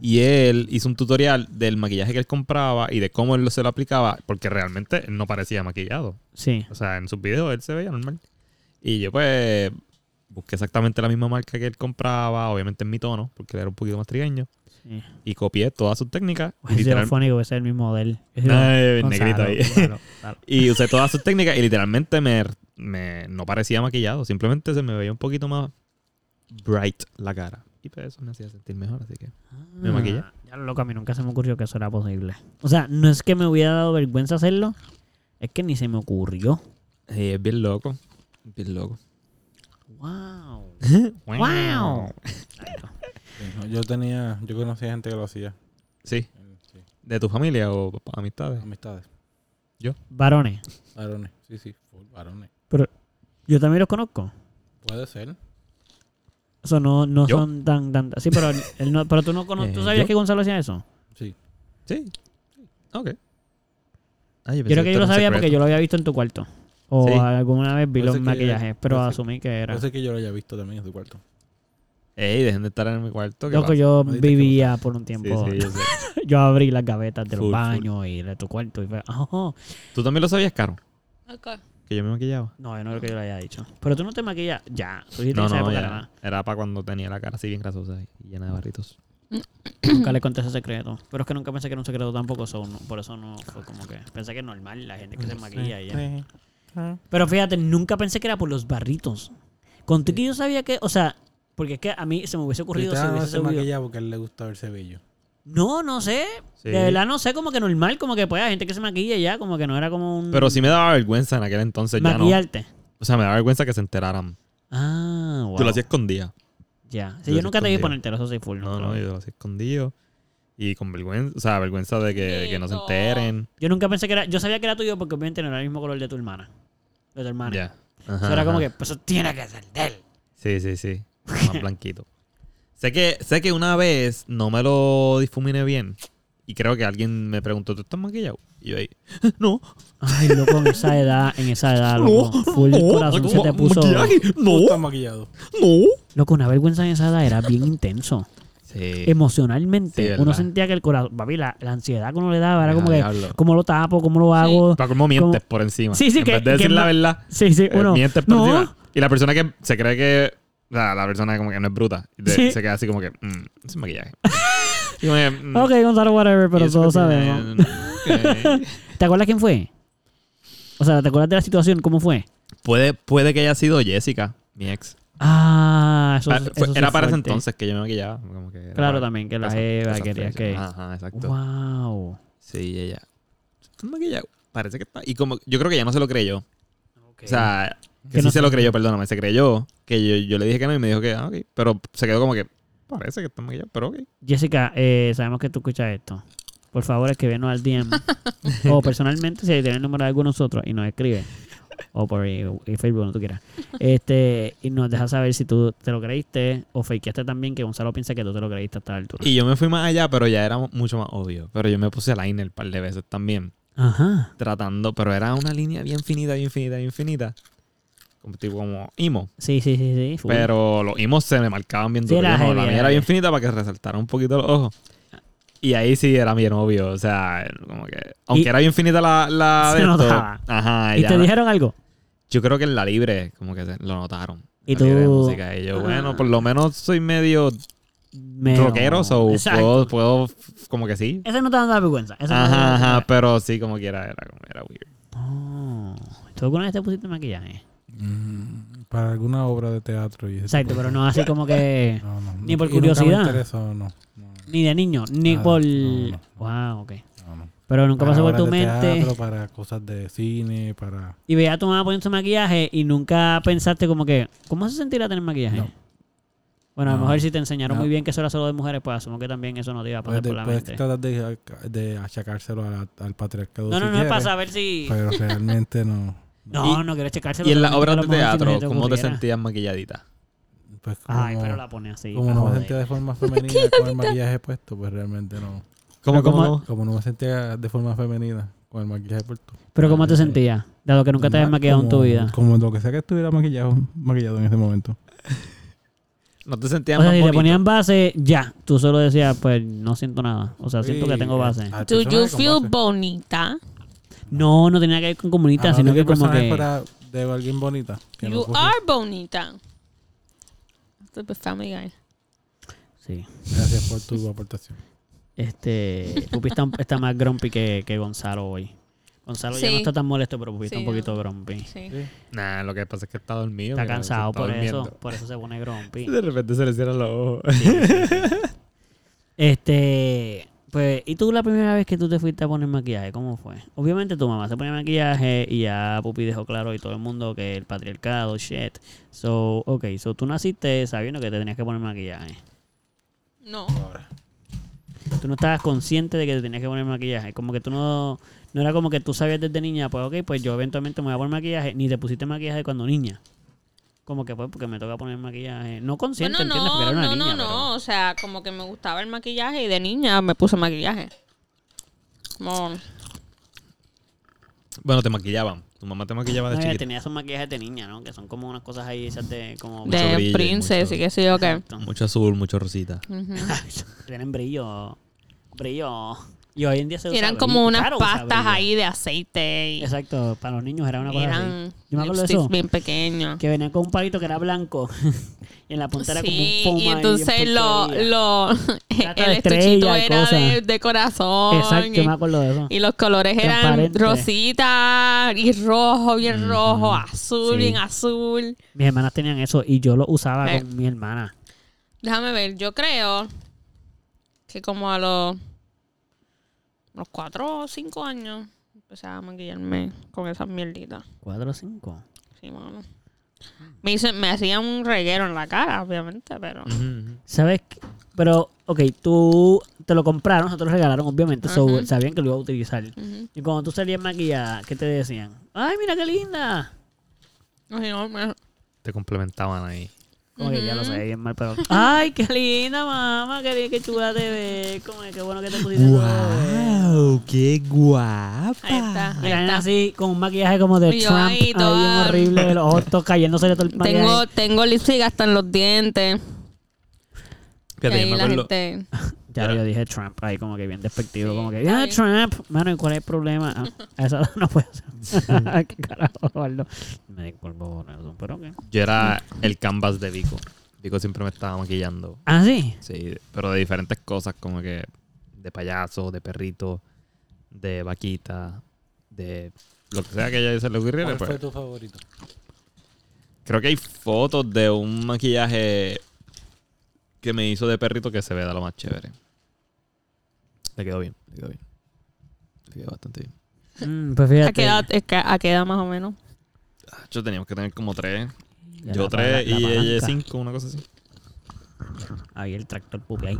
Y él hizo un tutorial del maquillaje que él compraba y de cómo él se lo aplicaba, porque realmente él no parecía maquillado.
Sí.
O sea, en sus videos él se veía normal. Y yo pues busqué exactamente la misma marca que él compraba, obviamente en mi tono, porque él era un poquito más trigueño,
sí.
y copié todas sus técnicas.
Ese
literal-
era fónico, ese es el mismo del...
Ay,
Gonzalo,
negrito ahí.
Gonzalo, Gonzalo.
Y usé todas sus técnicas y literalmente me, me- no parecía maquillado. Simplemente se me veía un poquito más bright la cara. Y pues eso me hacía sentir mejor, así que... ¿Me
Ah,
maquillé?
Ya lo loco, a mí nunca se me ocurrió que eso era posible. O sea, no es que me hubiera dado vergüenza hacerlo, es que ni se me ocurrió.
Sí, eh, es bien loco. Bien loco.
¡Wow!
¡Wow!
Sí, no, Yo tenía, yo conocía gente que lo hacía.
Sí.
Sí,
¿De tu familia o pa- amistades?
Amistades.
Varones,
Varones. Sí, sí. full Varones.
yo también los conozco.
Puede ser.
Eso no, no
¿Yo?
son tan, tan... Sí, pero, él no- pero tú no cono-
Eh,
¿Tú sabías
¿yo?
que Gonzalo hacía eso?
Sí.
Sí. Ok. Ah,
Yo creo que yo lo sabía porque yo lo había visto en tu cuarto. O
Sí.
alguna vez vi
Puede
los
ser que-
maquillajes, pero
puede ser-
asumí que era...
Puede ser que yo lo haya visto también en su cuarto.
Ey, dejen de estar en mi cuarto. ¿qué
Loco,
pasa?
yo
No dijiste que
vivía por un
Sí,
tiempo.
sí, yo sé.
Yo abrí las gavetas del
Full, full.
baño y de tu cuarto y fue... "Ah, oh".
¿Tú también lo sabías, Caro?
Ok.
Que yo me maquillaba.
No, yo no creo que yo lo haya dicho. Pero tú no te maquillas ya. Tú dijiste en
No,
esa
no,
época
ya.
nada más.
Era para cuando tenía la cara así bien grasosa y llena de barritos.
nunca le conté ese secreto. Pero es que nunca pensé que era un secreto tampoco, so, no- por eso no fue como que. Pensé que es normal la gente que se
Pues
maquilla y ya. Pero fíjate, nunca pensé que era por los barritos. Contigo yo sabía que, o sea, porque es que a mí se me hubiese ocurrido si
Cristiano no
hubiese
se
subido.
maquilla porque a él le gusta verse bello.
No, no sé.
Sí.
De verdad no sé, como que normal, como que pues hay gente que se maquilla y ya, como que no era como un
Pero sí me daba vergüenza en aquel entonces, ya no.
maquillarte.
O sea, me daba vergüenza que se enteraran.
Ah, wow.
Tú lo hacías escondida.
Ya. Sí,
Yo
yo,
lo
nunca te vi
escondía.
ponértelo, eso sí full.
No,
nunca
no,
lo vi.
yo lo hacía escondido. Y con vergüenza, o sea, vergüenza de que, que no se
Chico.
enteren.
Yo nunca pensé que era. Yo sabía que era tuyo porque obviamente no era el mismo color de tu hermana. De tu
Ya.
hermana.
Ajá,
Eso era como
ajá.
que, pues eso tiene que ser de él.
Sí, sí, sí. Más blanquito. Sé que, sé que una vez no me lo difuminé bien. Y creo que alguien me preguntó, ¿tú estás maquillado? Y yo ahí, no,
Ay, loco, en esa edad, en esa edad,
no,
loco. Full el
no,
corazón se te
ma-
puso.
maquillaje,
Tú estás
no,
maquillado.
no.
Loco, una vergüenza en esa edad era bien intenso.
Sí.
Em,
Sí,
Emocionalmente.
¿verdad?
uno sentía que el corazón. Papi, la, la ansiedad que uno le daba era
Ya,
como que.
diablo.
¿Cómo lo tapo? ¿Cómo lo hago?
Para colmo mientes por encima.
Sí, sí,
en
que-
vez de
que
decir la
no-
verdad,
Sí, sí,
eh,
uno.
mientes por
no,
encima. Y la persona que se cree que... La, la persona como que no es bruta. de-
Sí.
Se queda así como que, mm, es maquillaje. Y como que, mm,
ok,
y
Gonzalo, whatever, pero
eso eh,
todos
que tiene-
sabemos.
Ok.
¿Te acuerdas quién fue? O sea, ¿te acuerdas de la situación? ¿Cómo fue?
Puede, puede que haya sido Jessica, mi ex.
Ah, eso,
Pa-
eso
fue-
sí
era para ese
fuerte.
entonces que yo me maquillaba. como que era
Claro,
para-
también, que la
para esa-
Eva
esa
quería
fecha.
que.
Ajá, exacto.
¡Wow!
Sí, ella. Está maquillado. Parece que está. Y como, yo creo que ella no se lo creyó. O sea, que
Que
sí
no
se
se-
lo creyó, perdóname, se creyó. Que yo, yo le dije que no y me dijo que, ah, ok. Pero se quedó como que, parece que está maquillado, pero ok.
Jessica, eh, sabemos que tú escuchas esto. Por favor, escríbenos al DM. o personalmente, si tienes el número de alguno de nosotros y nos escribe. O por eh, Facebook, donde tú quieras. Este, y nos deja saber si tú te lo creíste o fakeaste también que Gonzalo piensa que tú te lo creíste hasta la altura.
Y yo me fui más allá, pero ya era mu- mucho más obvio. Pero yo me puse a line el par de veces también.
Ajá.
Tratando, pero era una línea bien finita, bien finita, bien finita. Como tipo como Imo.
Sí, sí, sí, sí. full.
Pero los imos se me marcaban bien
Sí,
duro.
era
Yo, no,
heavy,
la mía
era
era bien
heavy.
finita para que resaltara un poquito los ojos. Y ahí sí era bien obvio. O sea, como que. Aunque
Y-
era bien finita la. la
Se
de esto,
notaba.
Ajá,
¿Y
ya
te
la-
dijeron algo?
Yo creo que en la libre, como que se- lo notaron.
Y
La libre de
tú-
música. Y yo,
Ah.
bueno, por lo menos soy medio
Me...
rockero, so
Exacto.
puedo, puedo, f- como que sí.
Ese no te va a dar vergüenza. Ese no te va a
Ajá,
dar
ajá,
vergüenza.
pero sí, como quiera, era, como- era weird.
Oh. ¿Tú alguna vez te pusiste maquillaje?
Mm, Para alguna obra de teatro. Y ese
Exacto,
tipo de-
pero no así como que...
No, no,
Ni por
y nunca
curiosidad.
me interesó, no. No,
Ni de niño, ni
Nada,
por...
no, no.
Wow, ok.
no, no.
Pero nunca
Para
pasó por
obras
tu
de
mente.
teatro, para cosas de cine, para...
Y veía a tu mamá poniendo su maquillaje y nunca pensaste como que... ¿Cómo se sentirá tener maquillaje?
No.
Bueno, a lo
No,
mejor si te enseñaron
no. Pues
muy bien que eso era solo de mujeres, pues asumo que también eso no te iba a pasar
Puedes,
por la
puedes
mente.
tratar de, de achacárselo a la- al patriarcado
No,
si
no, no es para
quieres,
saber si...
Pero realmente no.
No,
Y-
no quiero checarse.
Y en las obras de teatro, ¿cómo te sentías maquilladita?
Pues como,
Ay, pero la pone así.
como
pa'
no me
joder.
sentía de forma femenina con el maquillaje puesto, pues realmente no.
¿Cómo,
Pero
cómo,
como-
cómo?
Como no me sentía de forma femenina con el maquillaje puesto.
Pero ¿cómo te
Sí.
sentías? Dado que nunca te habías maquillado en tu
Como-
vida.
Como lo que sea que estuviera maquillado, maquillado en ese momento.
¿No te sentías
O sea,
más
si te
bonito?
ponían base, ya. Tú solo decías, pues no siento nada. O sea, siento que
Sí,
tengo base.
a- a
Do
personas
you
con
feel
base.
bonita?
No, no tenía que ver con comunita,
Ah,
sino
¿qué
que como
personaje
que.
fuera de alguien bonita. que no
You
fuese-
are bonita. Stupid Family Guy.
Sí.
Gracias por tu aportación.
Este. Pupi está, está más grumpy que, que Gonzalo hoy. Gonzalo ya
Sí.
no está tan molesto, pero Pupi está
Sí,
un poquito grumpy.
Sí.
Sí.
Nah, lo que pasa es que está dormido.
Está
mira, se
cansado por
durmiendo.
eso. Por eso se pone grumpy.
De repente se le cierran los ojos.
Este, pues, ¿y tú la primera vez que tú te fuiste a poner maquillaje? ¿Cómo fue? Obviamente tu mamá se pone maquillaje y ya Pupi dejó claro y todo el mundo que el patriarcado, shit. So, ok, so tú naciste sabiendo que te tenías que poner maquillaje.
No.
Tú no estabas consciente de que te tenías que poner maquillaje. Como que tú no, no era como que tú sabías desde niña, pues ok, pues yo eventualmente me voy a poner maquillaje, ni te pusiste maquillaje cuando niña. Como que pues porque me toca poner maquillaje. No consciente,
Bueno,
¿entiendes? Porque
no,
era una
no,
niña.
no,
pero-
no. O sea, como que me gustaba el maquillaje y de niña me puse maquillaje. Como-
Bueno, te maquillaban. Tu mamá te maquillaba de
No, ella
Ah, chiquita.
tenía esos maquillajes de niña, ¿no? Que son como unas cosas ahí esas de como
Mucho
de
brillo y
princess
mucho-
y qué sé yo qué.
Exacto.
Mucho azul, mucho rosita.
Ujú.
Tienen brillo. Brillo. Y hoy en día se usa
Eran
brillo.
como unas
Claro, usa
pastas
brillo.
ahí de aceite. Y
Exacto, para los niños era una cosa así.
eran
Yo me acuerdo de
lipsticks
eso.
bien pequeños.
Que venían con un palito que era blanco. y en la punta era como un
Sí,
puma. ahí
y
bien
entonces lo,
porquería.
lo
Trata
el
de
estuchito
estrella y
era de,
cosas.
de corazón.
Exacto, yo
y-
me acuerdo de eso.
Y los colores eran
Transparente.
rosita y rojo, bien
Ujú.
rojo, azul,
Sí.
bien azul.
Mis hermanas tenían eso y yo lo usaba
Eh.
con mi hermana.
Déjame ver, yo creo que como a los, los cuatro o cinco años empecé a maquillarme con esas mierditas.
¿Cuatro o cinco?
Sí, mano. Me, hice, me hacía un reguero en la cara, obviamente, pero...
Ujú.
¿Sabes? qué? Pero, ok, tú te lo compraron, nosotros lo regalaron, obviamente. so,
Ajá.
sabían que lo iba a utilizar.
Ujú.
Y cuando tú salías maquillada, ¿qué te decían? ¡Ay, mira qué linda!
Ay, no, me-
Te complementaban ahí.
Como que ya lo sabía bien mal, pero. ¡Ay, qué linda, mamá! ¡Qué, bien, qué chula te ves! Como que qué bueno que te pusiste todo.
¡Qué guapa!
Ahí está,
Y
ahí
la nena
está.
así, con un maquillaje como de
Y yo
Trump,
ahí
ahí, bien
toda-
horrible, de los ojos todos cayéndose de todo el maquillaje.
Tengo, tengo lipstick hasta en los dientes. Que
Fíjate, yo
ahí
me
la
acuerdo-
gente...
Ya yo dije Trump, ahí como que bien despectivo,
Sí,
como que,
está
¡ah,
bien.
Trump! Mano, ¿y cuál es el problema? Ah, a esa edad no puede ser. ¿Qué carajo, Eduardo? Me disculpo por eso, pero ¿qué?
Yo era el canvas de Vico. Vico siempre me estaba maquillando.
Ah, sí.
Sí, pero de diferentes cosas, como que de payaso, de perrito, de vaquita, de lo que sea que ella se le ocurriera.
¿Cuál
pues.
fue tu favorito?
Creo que hay fotos de un maquillaje que me hizo de perrito que se ve de lo más chévere. Le quedó bien, le quedó bien. Le quedó bastante bien.
Mm, pues
¿A qué
fíjate.
edad, es que a qué edad más o menos?
Yo teníamos que tener como tres.
Ya
Yo
la
tres
pala- la
y ella
palanca.
cinco, una cosa así.
Ahí el tractor pupi ahí.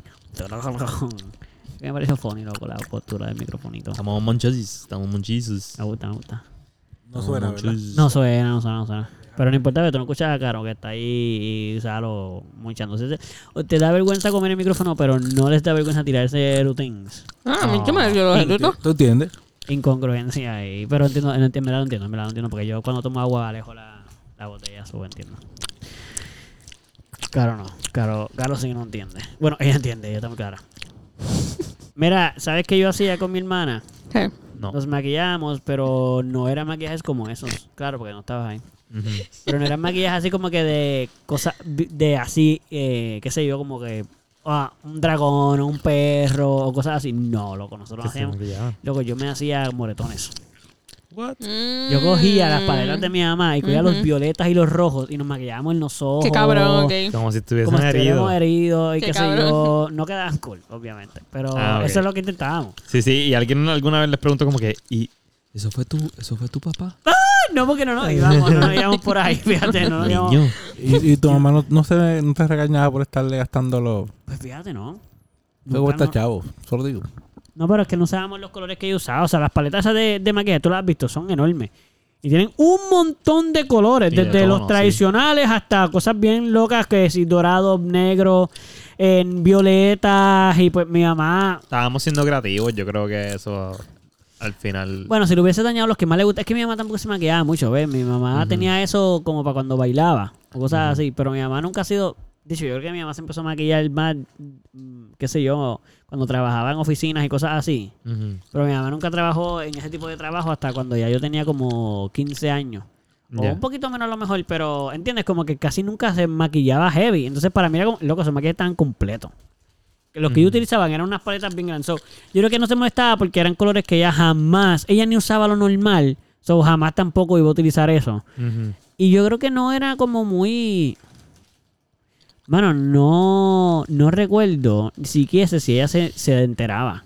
Me pareció funny, loco, la postura del microfonito.
Estamos monchazis, estamos monchizos.
Me gusta, me gusta.
No suena, ¿verdad?
No suena, no suena, no suena. Pero no importa, pero tú no escuchas a Caro que está ahí y Salo munchándose. Te- Te da vergüenza comer el micrófono, pero no les da vergüenza tirarse routines.
Ah, a mí que me dio los eructos.
¿Tú entiendes?
Incongruencia ahí. Pero entiendo, en- en verdad lo entiendo, en verdad lo entiendo. Porque yo cuando tomo agua alejo la, la botella, subo, entiendo. Caro no. Caro, Caro sí no entiende. Bueno, ella entiende, ella está muy clara. Mira, ¿sabes qué yo hacía con mi hermana?
Sí.
No.
Nos maquillamos, pero no eran maquillajes como esos. Claro, porque no estabas ahí.
Ujú.
Pero no eran maquillajes así como que de cosas, vi- de así, eh, qué sé yo, como que ah, un dragón o un perro o cosas así. No, loco, nosotros
Que se
hacíamos.
maquillaban.
Loco, yo me hacía moretones.
What?
Yo cogía las paletas de mi mamá y cogía
Mm. Ujú.
los violetas y los rojos y nos maquillábamos en los ojos.
Qué cabrón, ok.
Como si
Como
estuviesen
si
heridos.
estuviéramos heridos y
Qué
qué, sé
cabrón.
yo. No quedaban cool, obviamente. Pero
Ah, ok.
eso es lo que intentábamos.
Sí, sí, y alguien alguna vez les preguntó como que, ¿y eso fue tu, eso fue tu papá?
Ah, No, porque no nos íbamos, no nos íbamos por ahí, fíjate, Ah, no nos íbamos.
Niño.
¿Y, y tu mamá no, no, se, no te regañaba por estarle gastando los...
Pues fíjate, ¿no?
Luego
Nunca no-
está este chavo, solo digo.
No, pero es que no sabemos los colores que yo usaba. O sea, las paletas esas de, de maquillaje, tú las has visto, son enormes. Y tienen un montón de colores,
Y de
desde
tonos,
los tradicionales hasta cosas bien locas que si dorado, negro, en violetas y pues mi mamá.
Estábamos siendo creativos, yo creo que eso al final...
Bueno, si le hubiese dañado los que más le gusta, es que mi mamá tampoco se maquillaba mucho, ¿ves? Mi mamá tenía eso como para cuando bailaba o cosas así, pero mi mamá nunca ha sido. Dicho, yo creo que mi mamá se empezó a maquillar más, mm, qué sé yo, cuando trabajaba en oficinas y cosas así.
Ujú.
Pero mi mamá nunca trabajó en ese tipo de trabajo hasta cuando ya yo tenía como 15 años. O
Ya.
un poquito menos a lo mejor, pero entiendes, como que casi nunca se maquillaba heavy. Entonces para mí era como, loco, se maquillaje tan completo. Que Los que yo utilizaban eran unas paletas bien grandes. So, yo creo que no se molestaba porque eran colores que ella jamás, ella ni usaba lo normal. So, jamás tampoco iba a utilizar eso.
Ujú.
Y yo creo que no era como muy. Mano, no, no recuerdo siquiese si ella se, se enteraba.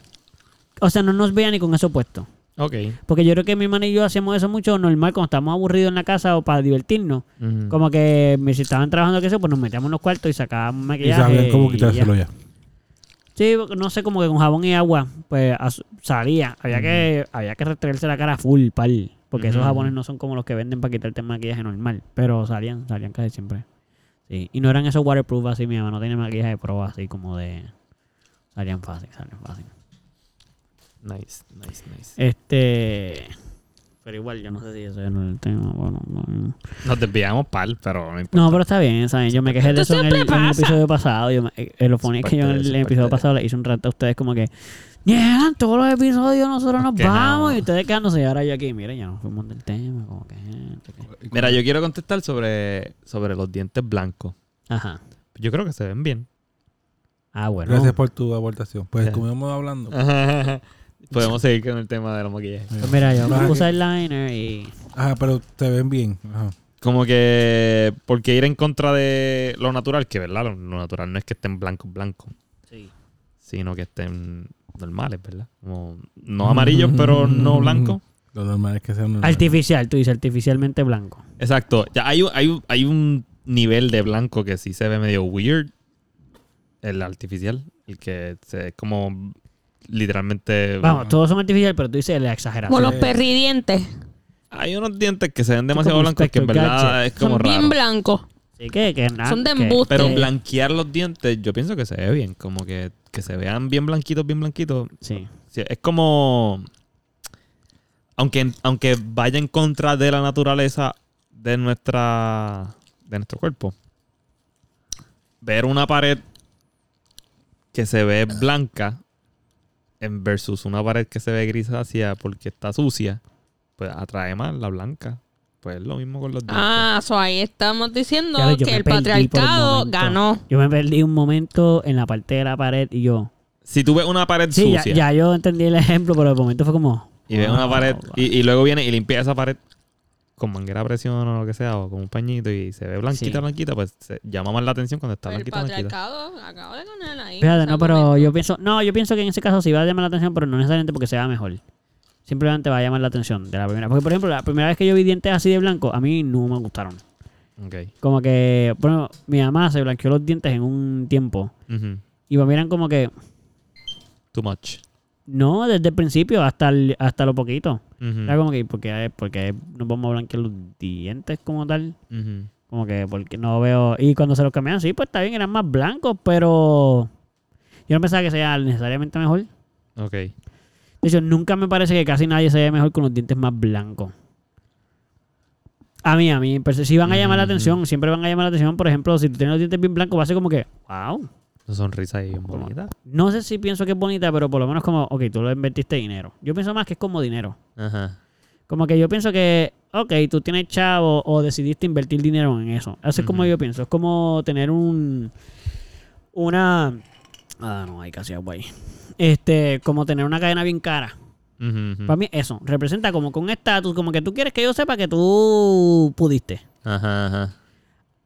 O sea, no nos veía ni con eso puesto.
Ok.
Porque yo creo que mi hermana y yo hacíamos eso mucho normal cuando estábamos aburridos en la casa o para divertirnos.
Mm.
Ujú.
Como que me- si estaban trabajando que eso, pues nos metíamos en los cuartos y sacábamos
Y
maquillaje.
sabían cómo
y
quitárselo
ya.
ya.
Sí, porque no sé, como que con jabón y agua, pues as- salía. Había que había que restregarse la cara full, pal. Porque esos
Ujú.
jabones no son como los que venden para quitarte el maquillaje normal. Pero salían, salían casi siempre. Sí. Y no eran esos waterproof así, mi mamá no tenía maquillaje de pro así como de... Salían fácil, salían fácil.
Nice, nice, nice.
Este... Pero igual, yo no sé si eso es el tema. bueno, no.
Nos desviamos pal, pero no importa.
No, pero está bien, ¿saben? Yo me quejé de eso
Esto
en el,
siempre
en el
pasa.
episodio pasado. Yo me- eh, lo funny es que yo en
parte
el
de- es
episodio
parte de-
pasado le hice un rato a ustedes como que... Niegan todos los episodios, nosotros nos
Que no.
vamos y ustedes quedándose. Y ahora yo aquí, miren, ya nos fuimos del tema, como que... gente que-
Mira, yo quiero contestar sobre, sobre los dientes blancos.
Ajá.
Yo creo que se ven bien.
Ah, bueno.
Gracias por tu aportación. Pues
Ya.
estuvimos hablando.
Podemos seguir con el tema de los maquillajes.
Pues mira, yo me
Ajá.
puse eyeliner y...
Ajá, pero te ven bien. Ajá.
Como que, porque ir en contra de lo natural, que verdad, lo, lo natural no es que estén blancos, blancos,
Sí.
sino que estén normales, ¿verdad? Como, no amarillos, pero no blancos.
Lo normal es que sean normales.
Artificial, tú dices, artificialmente blanco.
Exacto. Ya hay, un- hay, un- hay un nivel de blanco que sí se ve medio weird. El artificial. El que se como literalmente.
Vamos, todos son artificial, pero tú dices la
Como
exageración.
los perridientes.
Hay unos dientes que se ven demasiado
como
blancos que en
Inspector
verdad es como
Son bien
raro.
blancos.
Así que, que nada,
Son de
que-
embuste.
Pero blanquear los dientes, yo pienso que se ve bien. Como que, que se vean bien blanquitos, bien blanquitos.
Sí.
Sí, es como. Aunque, aunque vaya en contra de la naturaleza de nuestra. de nuestro cuerpo. Ver una pared que se ve blanca en versus una pared que se ve grisácea porque está sucia, pues atrae más la blanca. Pues es lo mismo con los dientes.
Ah, so ahí estamos diciendo
Ya ves, yo
que
me
el
perdí por un
patriarcado
momento.
ganó.
Yo me perdí un momento en la parte de la pared y yo...
Si tú ves una pared
Sí, ya,
sucia
ya yo entendí el ejemplo, pero el momento fue como...
y ves una
wow,
pared y, y luego viene y limpia esa pared con manguera a presión o lo que sea, o con un pañito y se ve blanquita,
Sí.
blanquita, pues se llama más la atención cuando está
El
blanquita, blanquita.
patriarcado acaba de ganar ahí.
Fíjate,
ese
no, pero
argumento.
yo pienso, no, yo pienso que en ese caso sí va a llamar la atención, pero no necesariamente porque sea mejor. Simplemente va a llamar la atención de la primera. Porque, por ejemplo, la primera vez que yo vi dientes así de blanco, a mí no me gustaron.
Ok.
Como que, bueno, mi mamá se blanqueó los dientes en un tiempo.
Ujú.
Y me miran como que,
Too much.
no, desde el principio hasta el- hasta lo poquito.
Ujú.
Era como que, porque porque nos vamos a blanquear los dientes como tal.
Ujú.
Como que porque no veo. Y cuando se los cambiaron, sí, pues está bien, eran más blancos, pero yo no pensaba que sea necesariamente mejor.
Ok.
De hecho, nunca me parece que casi nadie se ve mejor con los dientes más blancos. A mí, a mí, pero si van a llamar la
Ujú.
atención, siempre van a llamar la atención. Por ejemplo, si tú tienes los dientes bien blancos, va a ser como que, wow.
Su sonrisa ahí bien bonita.
No sé si pienso que es bonita, pero por lo menos como, ok, tú lo invertiste dinero. Yo pienso más que es como dinero.
Ajá.
Como que yo pienso que, ok, tú tienes chavo o decidiste invertir dinero en eso. Eso es como
Ujú.
yo pienso. Es como tener un. Una. Ah, no, hay casi agua ahí. Este, como tener una cadena bien cara.
Ujú, ujú.
Para mí, eso representa como con estatus, como que tú quieres que yo sepa que tú pudiste.
Ajá, ajá.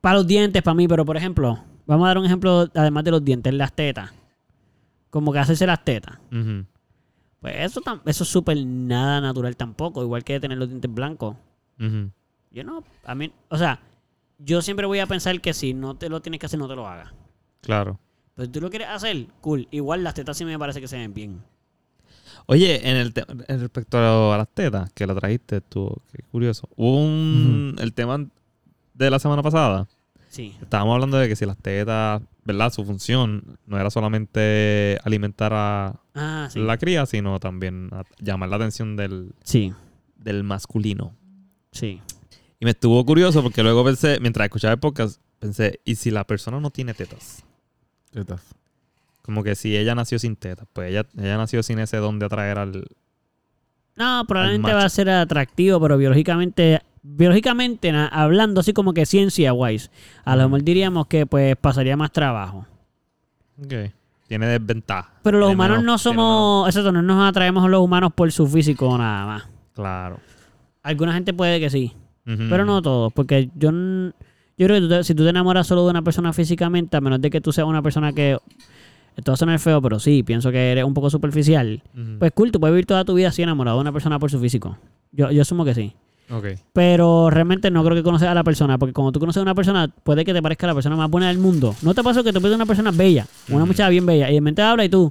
Para los dientes, para mí, pero por ejemplo, vamos a dar un ejemplo, además de los dientes, las tetas. Como que hacerse las tetas.
Ujú.
Pues eso, tam- eso es súper nada natural tampoco, igual que tener los dientes blancos.
Ujú.
Yo no, a mí, o sea, yo siempre voy a pensar que si no te lo tienes que hacer, no te lo hagas.
Claro.
Pero si tú lo quieres hacer, cool. Igual las tetas sí me parece que se ven bien.
Oye, en el te- en respecto a, lo- a las tetas que lo trajiste, tú, qué curioso. Hubo un, el tema de la semana pasada.
Sí.
Estábamos hablando de que si las tetas, ¿verdad? Su función no era solamente alimentar a
Ah, sí.
la cría, sino también a- llamar la atención del,
Sí,
del masculino.
sí.
Y me estuvo curioso porque luego pensé, mientras escuchaba el podcast, pensé, ¿y si la persona no tiene tetas?
Tetas.
Como que si ella nació sin tetas, pues ella, ella nació sin ese don de atraer al...
No, probablemente
macho.
va a ser atractivo, pero biológicamente, biológicamente na- hablando así como que ciencia wise, a lo mejor diríamos que pues pasaría más trabajo.
Tiene desventaja.
Pero los
Tiene
humanos
menos-
no
tiene
somos, exacto, no nos atraemos a los humanos por su físico nada más.
menos- Claro.
Alguna gente puede que sí,
Ujú.
pero no todos, porque yo n- yo creo que tú te- si tú te enamoras solo de una persona físicamente, a menos de que tú seas una persona que esto va a sonar feo, pero sí, pienso que eres un poco superficial.
Ujú.
Pues cool, tú puedes vivir toda tu vida así enamorado de una persona por su físico. Yo, yo asumo que sí.
Ok.
Pero realmente no creo que conoces a la persona, porque cuando tú conoces a una persona, puede que te parezca la persona más buena del mundo. ¿No te pasó que te pides una persona bella, una
Ujú.
muchacha bien bella, y de repente habla y tú,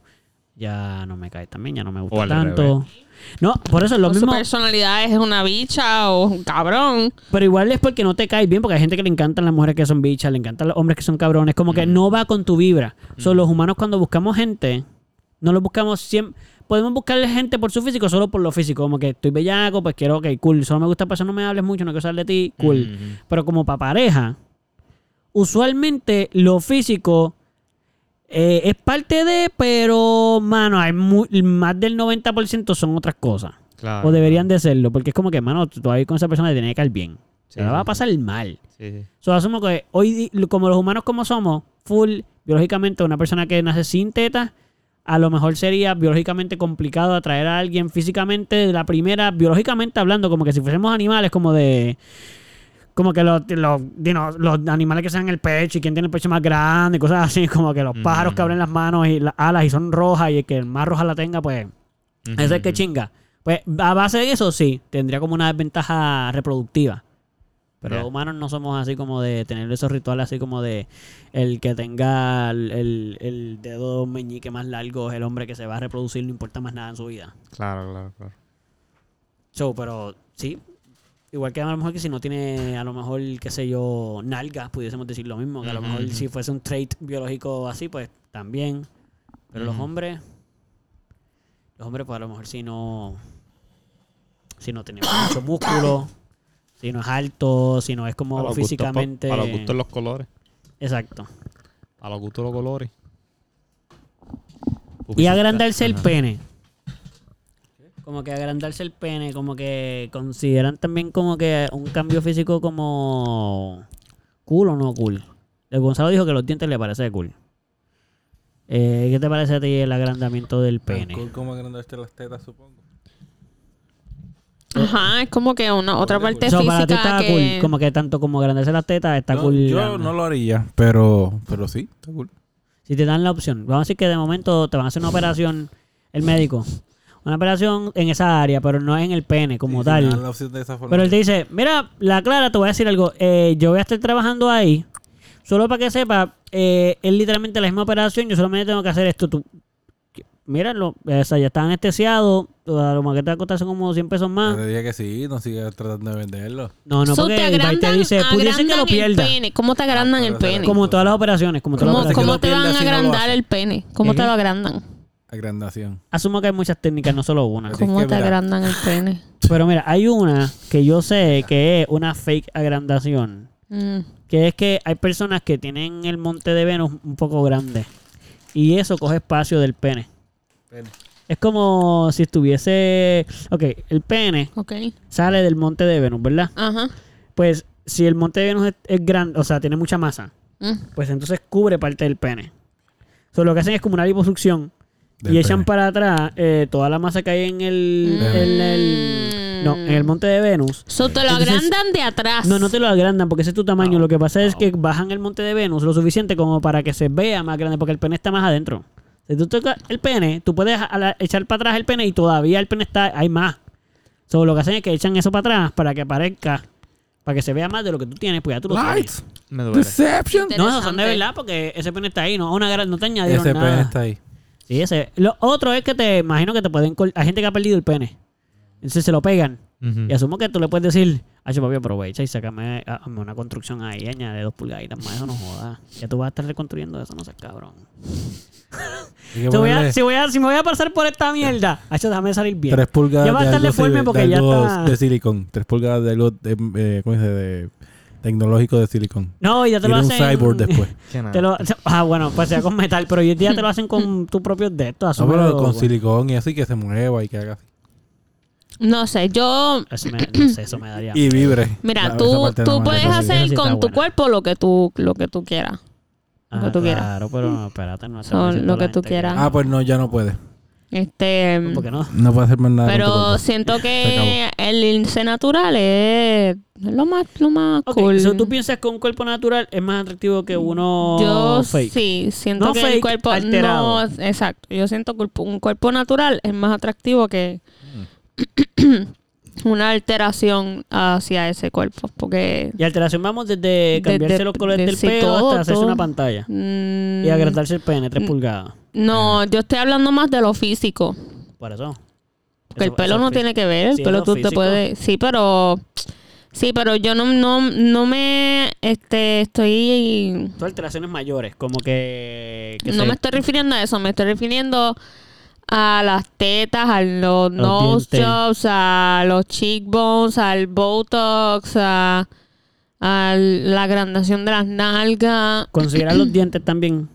ya no me caes también, ya no me
O
gusta
al
tanto? No, por eso es lo
O Su
mismo,
personalidad es una bicha o un cabrón.
pero igual es porque no te caes bien, porque hay gente que le encantan las mujeres que son bichas, le encantan los hombres que son cabrones, como que no va con tu vibra. Son los humanos cuando buscamos gente, no los buscamos siempre. podemos buscarle gente por su físico, solo por lo físico. Como que estoy bellaco, pues quiero, ok, cool. Solo me gusta pasar, no me hables mucho, no quiero saber de ti, cool.
Ujú.
Pero como para pareja, usualmente lo físico eh, es parte de, pero, mano, hay mu- más del 90% son otras cosas.
Claro.
O deberían de serlo, porque es como que, mano, tú todavía con esa persona te tiene que caer bien.
Sí,
te la va
sí,
a pasar mal.
Sí, sí.
So, asumo que hoy, di- como los humanos como somos, full, biológicamente, una persona que nace sin tetas, a lo mejor sería biológicamente complicado atraer a alguien físicamente de la primera, biológicamente hablando, como que si fuésemos animales, como de. Como que los, los, dino- los animales que sean el pecho y quién tiene el pecho más grande, y cosas así, como que los pájaros que
Ujú.
abren las manos y las alas y son rojas y el que el más roja la tenga, pues
Ujú,
ese es el que
ujú.
chinga. Pues a base de eso sí, tendría como una desventaja reproductiva. Pero
Ya.
los humanos no somos así como de tener esos rituales así como de el que tenga el, el- el dedo meñique más largo es el hombre que se va a reproducir, no importa más nada en su vida.
Claro, claro, claro.
So, pero sí, igual que a lo mejor que si no tiene a lo mejor, qué sé yo, nalgas, pudiésemos decir lo mismo, que a lo
Ujú,
mejor
ujú.
si fuese un trait biológico así, pues también. Pero los
Ujú.
hombres, los hombres pues a lo mejor si no, si no tenemos mucho músculo, si no es alto, si no es como
A los gustos pa-
físicamente...
a los gustos los colores.
Exacto.
A los gustos los colores.
Y agrandarse el
Ajá.
pene. Como que agrandarse el pene, como que consideran también como que un cambio físico como cool o no cool. El Gonzalo dijo que los dientes le parece cool. Eh, ¿Qué te parece a ti el agrandamiento del pene?
Ah, Cool como agrandarte las tetas, supongo.
Ajá, es como que una otra
Cool, cool.
parte
Eso Oh. para ti
física
está
que...
cool. Como que tanto como agrandarse las tetas está
No,
cool.
yo no lo haría, pero, pero sí, está cool.
Si te dan la opción. Vamos a decir que de momento te van a hacer una operación, el médico. Una operación en esa área, pero no en el pene como
Sí, si
tal.
me dan la opción de esa forma,
Pero él te dice, mira, la Clara, te voy a decir algo. Eh, yo voy a estar trabajando ahí. Solo para que sepa, eh, es literalmente la misma operación. Yo solamente tengo que hacer esto. Tú, que- míralo, o sea, ya está anestesiado. A lo mejor que te va a costar son como 100 pesos más.
Te diría que sí, no sigas tratando de venderlo.
No, no,
So,
porque
te
el baile te
agrandan,
dice, pudiese que
agrandan
lo
el
pierda.
pene. ¿Cómo te agrandan
Ah,
el
pero se
pene?
lo-
¿Cómo,
Como todas las operaciones, como todas las
¿Cómo-
operaciones.
cómo-
te
pierda
van a
si no lo
agrandar
hace?
el pene? ¿Cómo te
Ujú.
lo agrandan?
Agrandación.
Asumo que hay muchas técnicas, no solo una.
Así
¿Cómo
que,
te
mira,
agrandan el pene?
Pero mira, hay una que yo sé que es una fake agrandación.
Mm.
Que es que hay personas que tienen el monte de Venus un poco grande. Y eso coge espacio del pene.
Pene.
Es como si estuviese. Ok, el pene
Ok.
sale del monte de Venus, ¿verdad?
Ajá.
Pues si el monte de Venus es, es grande, o sea, tiene mucha masa,
Mm.
pues entonces cubre parte del pene. So, lo que hacen es como una liposucción
Del
y echan
pene.
para atrás eh, toda la masa que hay en el,
Mm.
en el- No, en el monte de Venus.
So, te lo
Entonces-
agrandan de atrás.
No, no te lo agrandan porque ese es tu tamaño.
Wow.
Lo que pasa es
Wow.
que bajan el monte de Venus lo suficiente como para que se vea más grande porque el pene está más adentro. Si tú tocas el pene, tú puedes a la- echar para atrás el pene y todavía el pene está, hay más. So, lo que hacen es que echan eso para atrás para que aparezca, para que se vea más de lo que tú tienes, pues ya tú lo
Lights.
Me duele.
Deception.
tienes. No, eso son de
Interesante.
verdad porque ese pene está ahí, no, una, gra- no te añadieron
Ese
nada.
pene está ahí.
Sí, ese. Lo otro es que te imagino que te pueden... col- Hay gente que ha perdido el pene. Entonces se lo pegan.
Ujú.
Mm.
Y asumo que tú le puedes decir, ay, papi, aprovecha y sácame ah, hazme una construcción ahí, añade dos pulgaditas más, eso no joda. Ya tú vas a estar reconstruyendo eso, no seas cabrón.
Hay que
Si, voy a,
ponerle
si, voy a, si me voy a pasar por esta mierda, ay, déjame salir bien.
Tres pulgadas
Ya va a estar
algo
deforme
ciber-
porque ya
algo
está-
de silicón. Tres pulgadas de algo de, eh, ¿cómo se dice? de tecnológico de silicón.
No, y ya te
Y
lo
de un
hacen.
cyborg después.
Qué nada.
te lo- ah, bueno, pues sea con metal, pero hoy en día te lo hacen con tus propios de estos.
No,
asumo
pero
lo-
con silicón y así que se mueva y que haga así.
No sé, yo...
Eso me, no sé, eso me daría.
Y vibre.
Mira,
La- esa
tú,
parte nada
tú
más.
puedes
Eso sí, eso
hacer
sí está
con tu
buena.
cuerpo lo que tú, lo que tú quieras.
Ah,
lo que tú quieras.
Claro, pero no, espérate, no estamos
Son
diciendo
lo
a la
que tú
gente
quieras.
Ah, pues no, ya no puede.
Este...
No, ¿Por qué no?
No puede hacer más nada. con tu
Pero
cuerpo.
siento
Se
que el lince natural es lo más, lo más
Ok,
cool.
so, ¿tú piensas que un cuerpo natural es más atractivo que uno
yo
fake?
sí, siento
No
que el
fake,
cuerpo
alterado.
no, exacto. Yo siento que un cuerpo natural es más atractivo que
Mm.
una alteración hacia ese cuerpo, porque
Y alteración vamos desde
Desde-
cambiarse los colores del
desde
pelo
todo,
hasta hacerse
todo.
una pantalla.
mm,
Y agrandarse el pene, 3 pulgadas.
no, yo estoy hablando más de lo físico,
Por eso.
porque
Eso-
el pelo
eso
no
fí-
tiene que ver, el
Sí,
pelo
lo
tú te
físico.
puedes, sí, pero sí, pero yo no no no me este estoy
Son alteraciones mayores, como que... que
no
se-
me estoy refiriendo a eso, me estoy refiriendo a las tetas, a los nose
dientes.
jobs, a los cheekbones, al botox, a, a la agrandación de las nalgas.
Considerar los dientes también.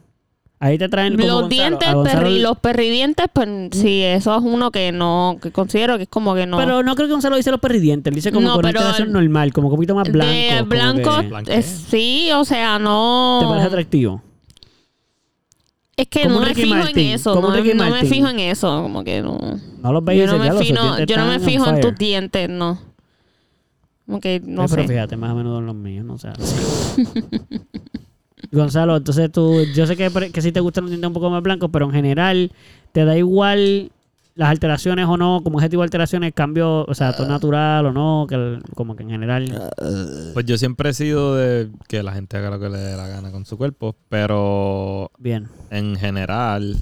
Ahí te traen como
Los
Gonzalo.
dientes,
A Gonzalo-
perri- los perridientes, pues sí, eso es uno que no, que considero que es como que no.
Pero no creo que Gonzalo dice los perridientes. Él dice como
No,
con
pero-
una relación normal, como un poquito más Ah, blanco.
de
como
blanco,
que
Blanquea.
eh, sí, o sea, no.
¿Te parece atractivo?
Es que
Como
no me
Ricky
fijo
Martin,
en eso,
como
no,
Ricky
no me
Martin.
fijo en eso, como que no.
No los veis
Yo
y
no
dices,
me,
"Diablo, sus
fijo,
dientes
yo no me
están on
fijo en
fire".
tus dientes, no. Como que no
Eh, pero
sé.
fíjate, más o menos en los míos, no sé. Gonzalo, entonces tú, yo sé que, que sí te gustan los dientes un poco más blancos, pero en general, ¿te da igual las alteraciones o no? Como ese tipo de alteraciones, cambio, o sea,
Ah.
todo natural o no, que el- como que en general.
Pues yo siempre he sido de que la gente haga lo que le dé la gana con su cuerpo, pero
Bien.
en general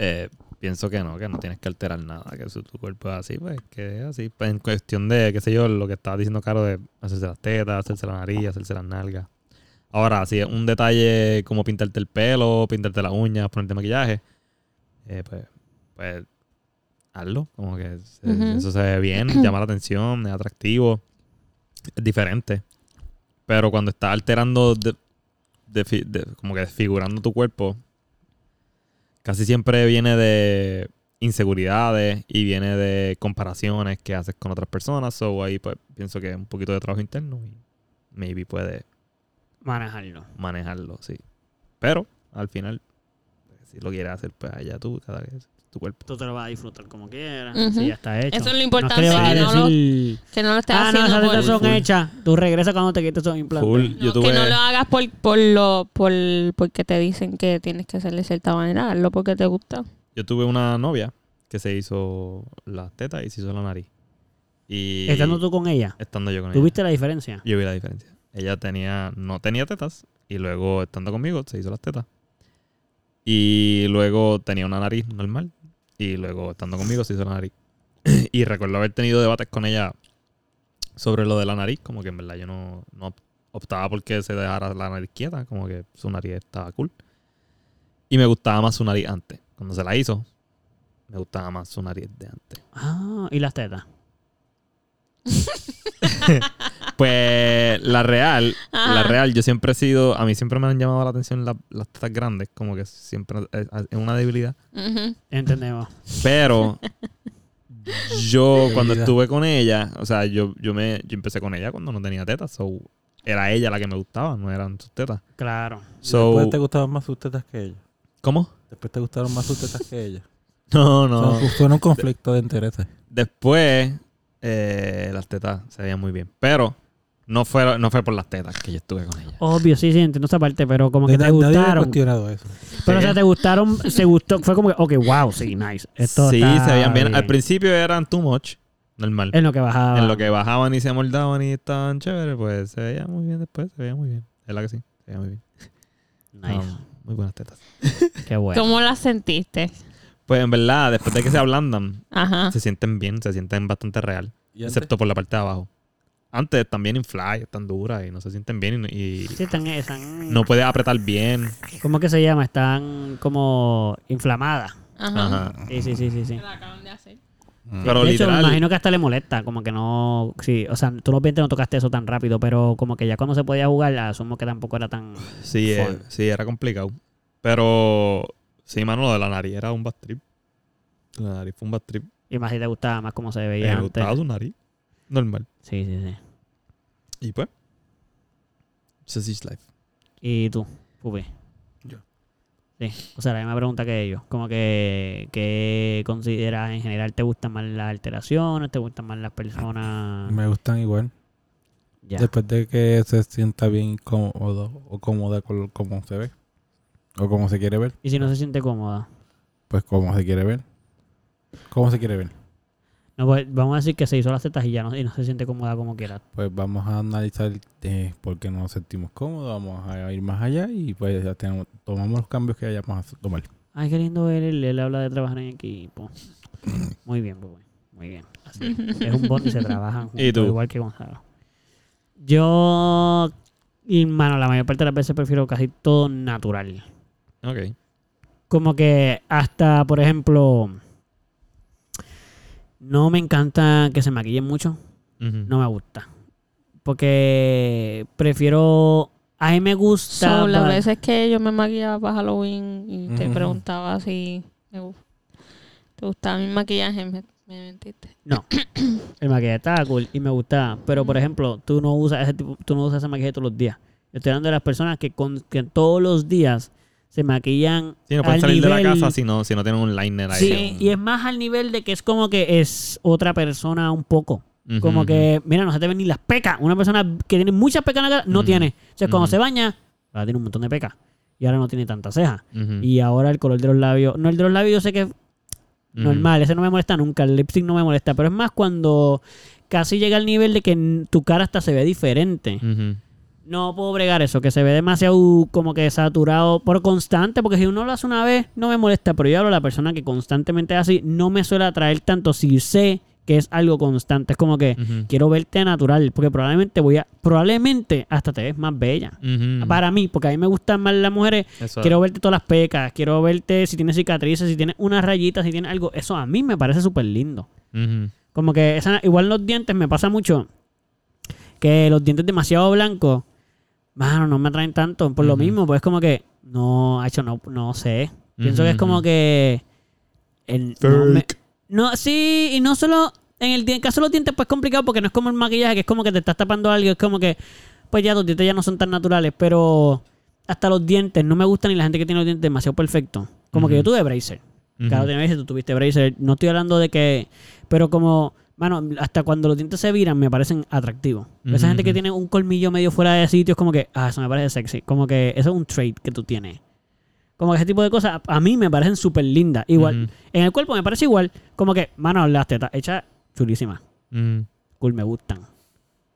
eh, pienso que no, que no tienes que alterar nada, que si tu cuerpo es así, pues que es así. Pues, en cuestión de, qué sé yo, lo que estaba diciendo Caro de hacerse las tetas, hacerse la nariz, hacerse las nalgas. Ahora, si es un detalle como pintarte el pelo, pintarte las uñas, ponerte maquillaje, eh, pues, pues hazlo, como que se-
Ujú.
eso se ve bien, llama la atención, es atractivo, es diferente. Pero cuando estás alterando, de- defi- de- como que desfigurando tu cuerpo, casi siempre viene de inseguridades y viene de comparaciones que haces con otras personas. O ahí pues pienso que es un poquito de trabajo interno y maybe puede
Manejarlo.
manejarlo, sí. Pero al final, si lo quieres hacer, pues allá tú, cada vez tu cuerpo.
Tú te lo vas a disfrutar como quieras.
Ujú.
Sí, ya está hecho.
Eso es lo
No
importante,
es que le vas a
que no lo,
decir,
que no lo estés
ah, no,
haciendo
esas
por-
tetas son
Full.
hechas. Tú regresas cuando te quites esos implantes.
Full.
No,
Yo tuve.
Que no lo hagas por, por lo, por, porque te dicen que tienes que hacerle cierta manera, hazlo porque te gusta.
Yo tuve una novia que se hizo las tetas y se hizo la nariz. Y
Estando tú con ella,
estando yo con ella.
¿tuviste la diferencia?
Yo vi la diferencia. Ella tenía, no tenía tetas y luego estando conmigo se hizo las tetas. Y luego tenía una nariz normal y luego estando conmigo se hizo la nariz. y recuerdo haber tenido debates con ella sobre lo de la nariz, como que en verdad yo no, no optaba porque se dejara la nariz quieta, como que su nariz estaba cool. Y me gustaba más su nariz antes. Cuando se la hizo, me gustaba más su nariz de antes.
Ah, y las tetas.
Pues la real,
Ajá.
la real, yo siempre he sido, a mí siempre me han llamado la atención la- las tetas grandes, como que siempre es, es una debilidad.
Ujú.
Entendemos.
Pero yo cuando
Debilidad.
estuve con ella, o sea, yo, yo me yo empecé con ella cuando no tenía tetas, so era ella la que me gustaba, no eran sus tetas.
Claro.
So,
Oh.
Después Pues te gustaban más sus tetas que ella.
¿Cómo?
Después te gustaron más sus tetas que ella.
No,
No.
no.
fue un conflicto de intereses.
Después eh, las tetas se veían muy bien, pero no fue no fue por las tetas que yo estuve con ella.
Obvio, sí, sí, entiendo esa parte, pero como que
Nadie-
te
nadie había
gustaron.
cuestionado eso.
Pero, o
Sí.
sea, te gustaron, se gustó, fue como que, ok, wow, sí, nice. Esto
sí,
está
se veían bien. Al
bien.
principio eran too much, normal.
En lo que bajaba.
En lo que bajaban y se amoldaban y estaban chéveres, pues se veía muy bien después, se veía muy bien. Es la que sí, se veía muy bien.
Nice.
Um, muy buenas tetas.
Qué bueno.
¿Cómo la sentiste?
Pues en verdad, después de que se ablandan,
Ajá.
se sienten bien, se sienten bastante real,
¿Y antes?
excepto por la parte de abajo. Antes también infly, están duras y no se sienten bien y, y
Sí, están, están-
no puedes apretar bien.
¿Cómo que se llama? Están como inflamadas.
Ajá.
Ajá.
Sí, sí, sí, sí, sí.
la acaban de hacer.
Pero
de Ah. hecho, me
literal,
imagino que hasta le molesta, como que no, sí, o sea, tú los viste no tocaste eso tan rápido, pero como que ya cuando se podía jugar, asumo que tampoco era tan
sí, eh,
Full.
sí, era complicado. Pero sí, mano, lo de la nariz era un bad trip. La nariz fue un bad trip.
y más si te gustaba más como se veía
Me
antes.
gustaba su nariz. Normal.
Sí, sí, sí.
Y pues. Sausage Life.
¿Y tú, Pupi?
Yo.
Sí, o sea, la misma pregunta que ellos. Como que, ¿qué consideras en general? ¿Te gustan más las alteraciones? ¿Te gustan más las personas?
Me gustan igual.
Ya.
Después de que se sienta bien cómodo o cómoda con lo- como se ve. O como se quiere ver.
Y si no se siente cómoda.
Pues como se quiere ver. ¿Cómo se quiere ver?
No, pues, vamos a decir que se hizo las tetas y ya no, y no se siente cómoda como quiera.
Pues vamos a analizar eh, por qué no nos sentimos cómodos. Vamos a ir más allá y pues ya tenemos, tomamos los cambios que vayamos a tomar.
Ay, qué lindo él, él, él habla de trabajar en equipo. Muy bien, Pupi. Muy bien. Así es. Es un bot y se trabajan juntos,
¿Y tú?
igual que Gonzalo. Yo, y, mano, la mayor parte de las veces prefiero casi todo natural.
Ok.
como que hasta, por ejemplo, no me encanta que se maquillen mucho.
Ujú.
No me gusta. Porque prefiero... A mí me gusta...
So, las
ba-
veces que yo me maquillaba para Halloween y te
Ujú.
preguntaba si me gu- te gustaba mi maquillaje, me, me mentiste.
No. El maquillaje está cool y me gusta. Pero, por ejemplo, tú no usas ese tipo, tú no usas ese maquillaje todos los días. Yo estoy hablando de las personas que, con, que todos los días se maquillan.
Sí, no pueden
al
salir de la
nivel-
casa si no, si no tienen un liner ahí.
Sí, y es más al nivel de que es como que es otra persona un poco.
Ujú,
Como
ujú.
que, mira, no se te ven ni las pecas. Una persona que tiene muchas pecas en la cara, no
Ujú.
tiene. O sea, cuando
Ujú.
se baña, ahora tiene un montón de pecas. Y ahora no tiene tantas cejas.
Ujú,
Y ahora el color de los labios. No, el de los labios yo sé que
ujú.
normal, ese no me molesta nunca, el lipstick no me molesta, pero es más cuando casi llega al nivel de que n- tu cara hasta se ve diferente.
Ujú.
No puedo bregar eso, que se ve demasiado como que saturado por constante, porque si uno lo hace una vez no me molesta, pero yo hablo de la persona que constantemente es así, no me suele atraer tanto si sé que es algo constante, es como que
Ujú.
quiero verte natural, porque probablemente voy a probablemente hasta te ves más bella.
Ujú.
Para mí, porque a mí me gustan más las mujeres
Eso-
Quiero verte todas las pecas, quiero verte si tienes cicatrices, si tienes unas rayitas, si tienes algo. Eso a mí me parece súper lindo.
Ujú.
Como que esa- igual los dientes me pasa mucho. Que los dientes demasiado blancos, mano, no me atraen tanto. Por lo
Ujú.
mismo, pues es como que, no, hecho, no, no sé. Pienso
Ujú,
que es como
ujú.
que. el- no, me- no, sí, y no solo. En el di- caso de los dientes, pues es complicado porque no es como el maquillaje, que es como que te estás tapando algo, es como que. Pues ya tus dientes ya no son tan naturales, pero. Hasta los dientes, no me gustan ni la gente que tiene los dientes demasiado perfectos. Como que yo
Ujú.
tuve bracer.
Ujú.
Claro, tenés, tú tuviste bracer. No estoy hablando de que. Pero como. Mano, hasta cuando los dientes se viran, me parecen atractivos. Esa gente que
Ujú.
tiene un colmillo medio fuera de sitio, es como que. Ah, eso me parece sexy. Como que. Eso es un trait que tú tienes. Como que ese tipo de cosas a a mí me parecen súper lindas. Igual.
Ujú.
En el cuerpo me parece igual. Como que, mano, las tetas hechas chulísimas.
Ujú.
Cool, me gustan.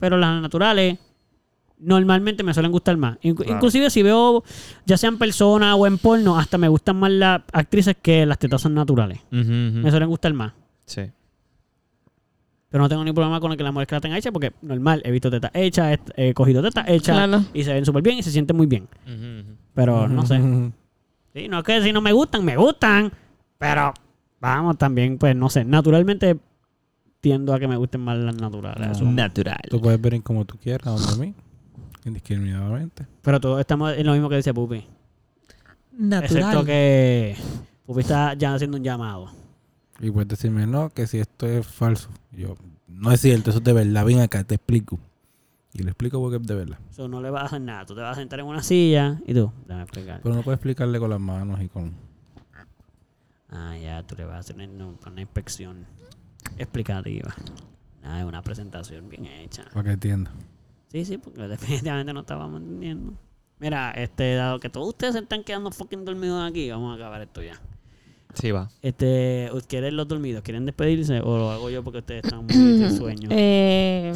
Pero las naturales normalmente me suelen gustar más. Inc-
Claro.
Inclusive si veo ya sean personas o en porno, hasta me gustan más las actrices que las tetas son naturales.
Ujú, ujú.
Me suelen gustar más.
Sí.
Pero no tengo ningún problema con el que las mujeres que la tengan hecha porque normal, he visto tetas hechas, est- he cogido tetas hechas
Claro.
y se ven súper bien y se sienten muy bien.
Ujú, ujú.
Pero no sé.
Ujú.
Sí, no es que si no me gustan, me gustan. Pero vamos, también, pues no sé. Naturalmente tiendo a que me gusten más las naturales.
No.
asumo.
Natural.
Tú puedes venir como tú quieras, donde a mí, indiscriminadamente.
Pero todos estamos en lo mismo que dice Pupi. Excepto que Pupi está ya haciendo un llamado.
Y puedes decirme, no, que si esto es falso. Y Yo, no es cierto, eso es de verdad. Ven acá, te explico. Y le explico porque es de verdad.
Eso no le vas a hacer nada. Tú te vas a sentar en una silla y tú, déjame explicar.
Pero no puedes explicarle con las manos y con...
Ah, ya, tú le vas a hacer una, una inspección explicativa. Nada, es una presentación bien hecha.
Para que entienda.
Sí, sí, porque definitivamente no estábamos entendiendo. Mira, este, dado que todos ustedes se están quedando fucking dormidos aquí, vamos a acabar esto ya.
Sí, va.
Este, ¿quieren los dormidos? ¿Quieren despedirse? ¿O lo hago yo porque ustedes están muy de sueño?
Eh,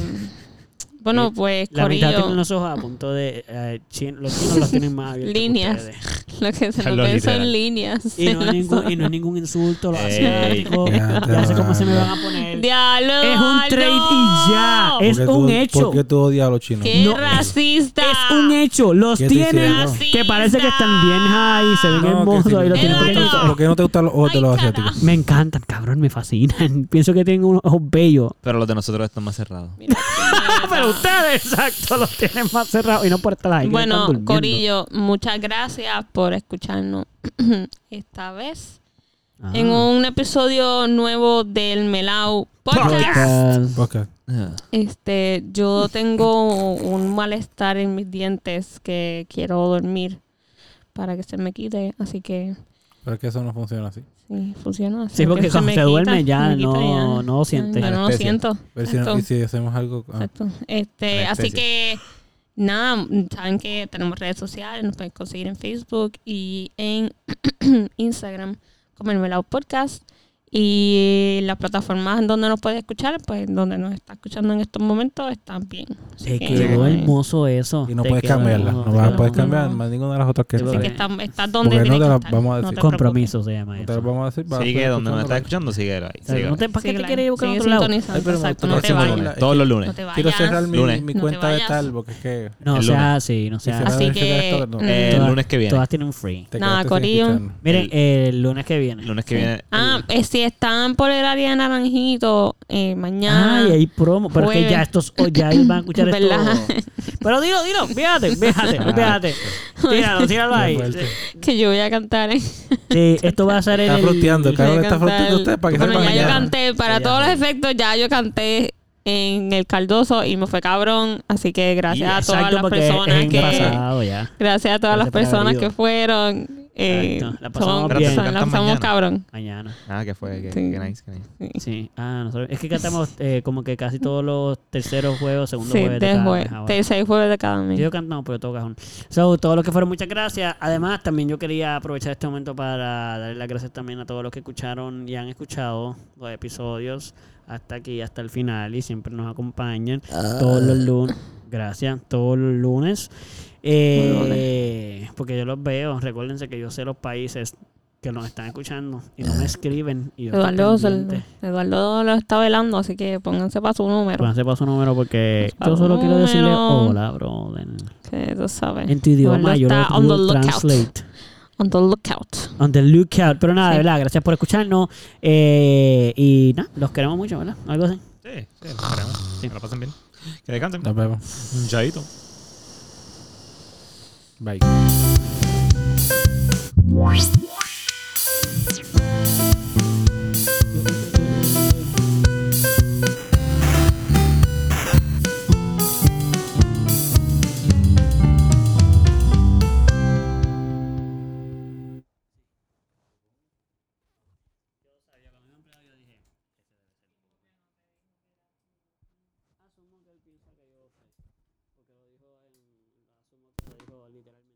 bueno,
Sí.
pues,
Eh, La mitad
Corillo,
tienen los ojos a punto de... eh, chin- los chinos los tienen más abiertos que
Líneas.
ustedes.
lo que se nos
Lo
ven
literal.
son líneas.
Y no, es ningún, y no es ningún insulto, los
Ey.
asiáticos.
Ya te
Ya sé cómo se me
van.
van a poner.
¡Diablo,
Es un
Eduardo!
trade y ya. Es
¿Por qué
un
tú-
hecho.
¿Por qué tú odias a los chinos?
¡Qué
No.
racista!
Es un hecho. Los
¿Qué te
tienen
hicieron?
que parece que están bien high, se ven
No,
hermosos
que si-
y los
¿por qué
tienen
Eduardo.
no te
pequeñitos.
gusta- ¿Por qué no te gustan los ojos de
Ay,
los
carajo.
asiáticos?
Me encantan, cabrón, me fascinan. Pienso que tienen unos ojos bellos.
Pero los de nosotros están más cerrados.
Mira,
Ah, Pero ustedes, exacto, los tienen más cerrados y no por estar ahí. que están
Bueno,
durmiendo.
Corillo, muchas gracias por escucharnos esta vez
Ah.
en un episodio nuevo del Melau Podcast.
Podcast.
Podcast.
Ah.
Este, yo tengo un malestar en mis dientes que quiero dormir para que se me quite, así que
Pero es que eso no funciona así.
sí, funciona. así
Sí, porque
que
cuando
me
se duerme ya
me quita
no- no siente.
Ya no lo
Anestesia.
siento.
Pero Pues si, no-
Exacto.
y si hacemos algo... ah,
Exacto. Este,
Anestesia.
así que nada, saben que tenemos redes sociales, nos pueden conseguir en Facebook y en Instagram como el Melao Podcast. Y las plataformas en donde nos puede escuchar, pues donde nos está escuchando en estos momentos, están bien.
Te quedó hermoso eso.
Y no
Te
puedes
quedó
cambiarla.
hermoso,
No
te
vas a
quedó
poder
hermoso.
cambiar más ninguna de las otras que
Sí, porque
Así que
salen.
está-
están, están donde
Porque
tienen
no te
que
la
estar.
vamos a decir.
te
Compromiso se llama
No
eso.
te lo vamos a decir. vas a
Sigue
seguir
donde me estás
escuchándola.
escuchando, sigue ahí.
O sea,
sigue
no te,
ahí.
¿Para qué te
Síguela,
quieres buscar
sigue
en otro lado?
sintonizando,
Ay, pero me
exacto,
gustó
no te
Próximo
vayas.
mucho.
lunes,
vayas.
todos los lunes.
No te
Quiero cerrar
vayas.
mi,
Lunes.
No
mi
te
cuenta de
vayas.
tal porque es que...
No,
El
sea
lunes.
así, no sea
quisiera
así.
Así
verificar
que- mm,
esto, pero no,
Eh, el
Todas-
lunes que viene.
Todas tienen un free.
te
nada,
quedaste sin
Corillo.
escuchar.
Miren, el lunes que viene.
El lunes que viene.
Ah, eh, si están por el área de Naranjito, eh, mañana.
Ay, hay promo. Pero es que
Jueves.
ya estos, oh, ya ellos van a escuchar
¿Verdad?
esto. Pero dilo, dilo, fíjate, fíjate, fíjate. Tíralo, tíralo ahí.
Ah, Qué fuerte.
Que yo voy a cantar. eh.
Sí, esto va a ser
Está
el...
froteando. Carol está
Voy a cantar.
froteando usted para que
Bueno,
sepa
ya yo
mañana.
canté. Para
Ya,
todos los
ya.
efectos, ya yo canté en el Caldoso y me fue cabrón. Así que gracias a todas las
porque
personas
es
que.
pasado ya.
Gracias a todas
Gracias
las
por haber
personas
ido.
que fueron. eh,
Exacto, la pasamos
somos,
bien.
son-
Pero
la
te cantan
pasamos
mañana.
cabrón.
Mañana.
Ah, que fue. Que,
Sí.
que nice, que nice.
Sí. Ah, nosotros... Es que cantamos eh, como que casi todos los terceros juegos, segundo
Sí,
jueves de
de
cada
jue-
mes ahora.
tercer jueves de cada mes.
Yo cantamos, pero todo cajón. So, todos los que fueron, muchas gracias. Además, también yo quería aprovechar este momento para darle las gracias también a todos los que escucharon y han escuchado los episodios hasta aquí, hasta el final y siempre nos acompañan todos los lunes. Gracias, todos los lunes. Eh, porque yo los veo. Recuérdense que yo sé los países que nos están escuchando y no me escriben. Y yo estoy
Eduardo, se-
pendiente.
Eduardo lo está velando, así que pónganse para su número.
Juan, se pasó un número porque
Por
yo solo quiero
favor.
decirle hola, brother.
Que tú sabes.
En tu idioma,
Eduardo
yo
está on the
lo
lookout.
translate.
On the lookout.
On the lookout. Pero nada, de
Sí.
verdad, gracias por escucharnos. Eh, y nada, los queremos mucho, ¿verdad? Algo así.
Sí, sí, esperemos. Que la pasen bien. Que descansen.
Nos vemos.
Chaito.
Bye.
Asumo que él piensa que yo sé, porque lo dijo en, asumo que lo dijo literalmente.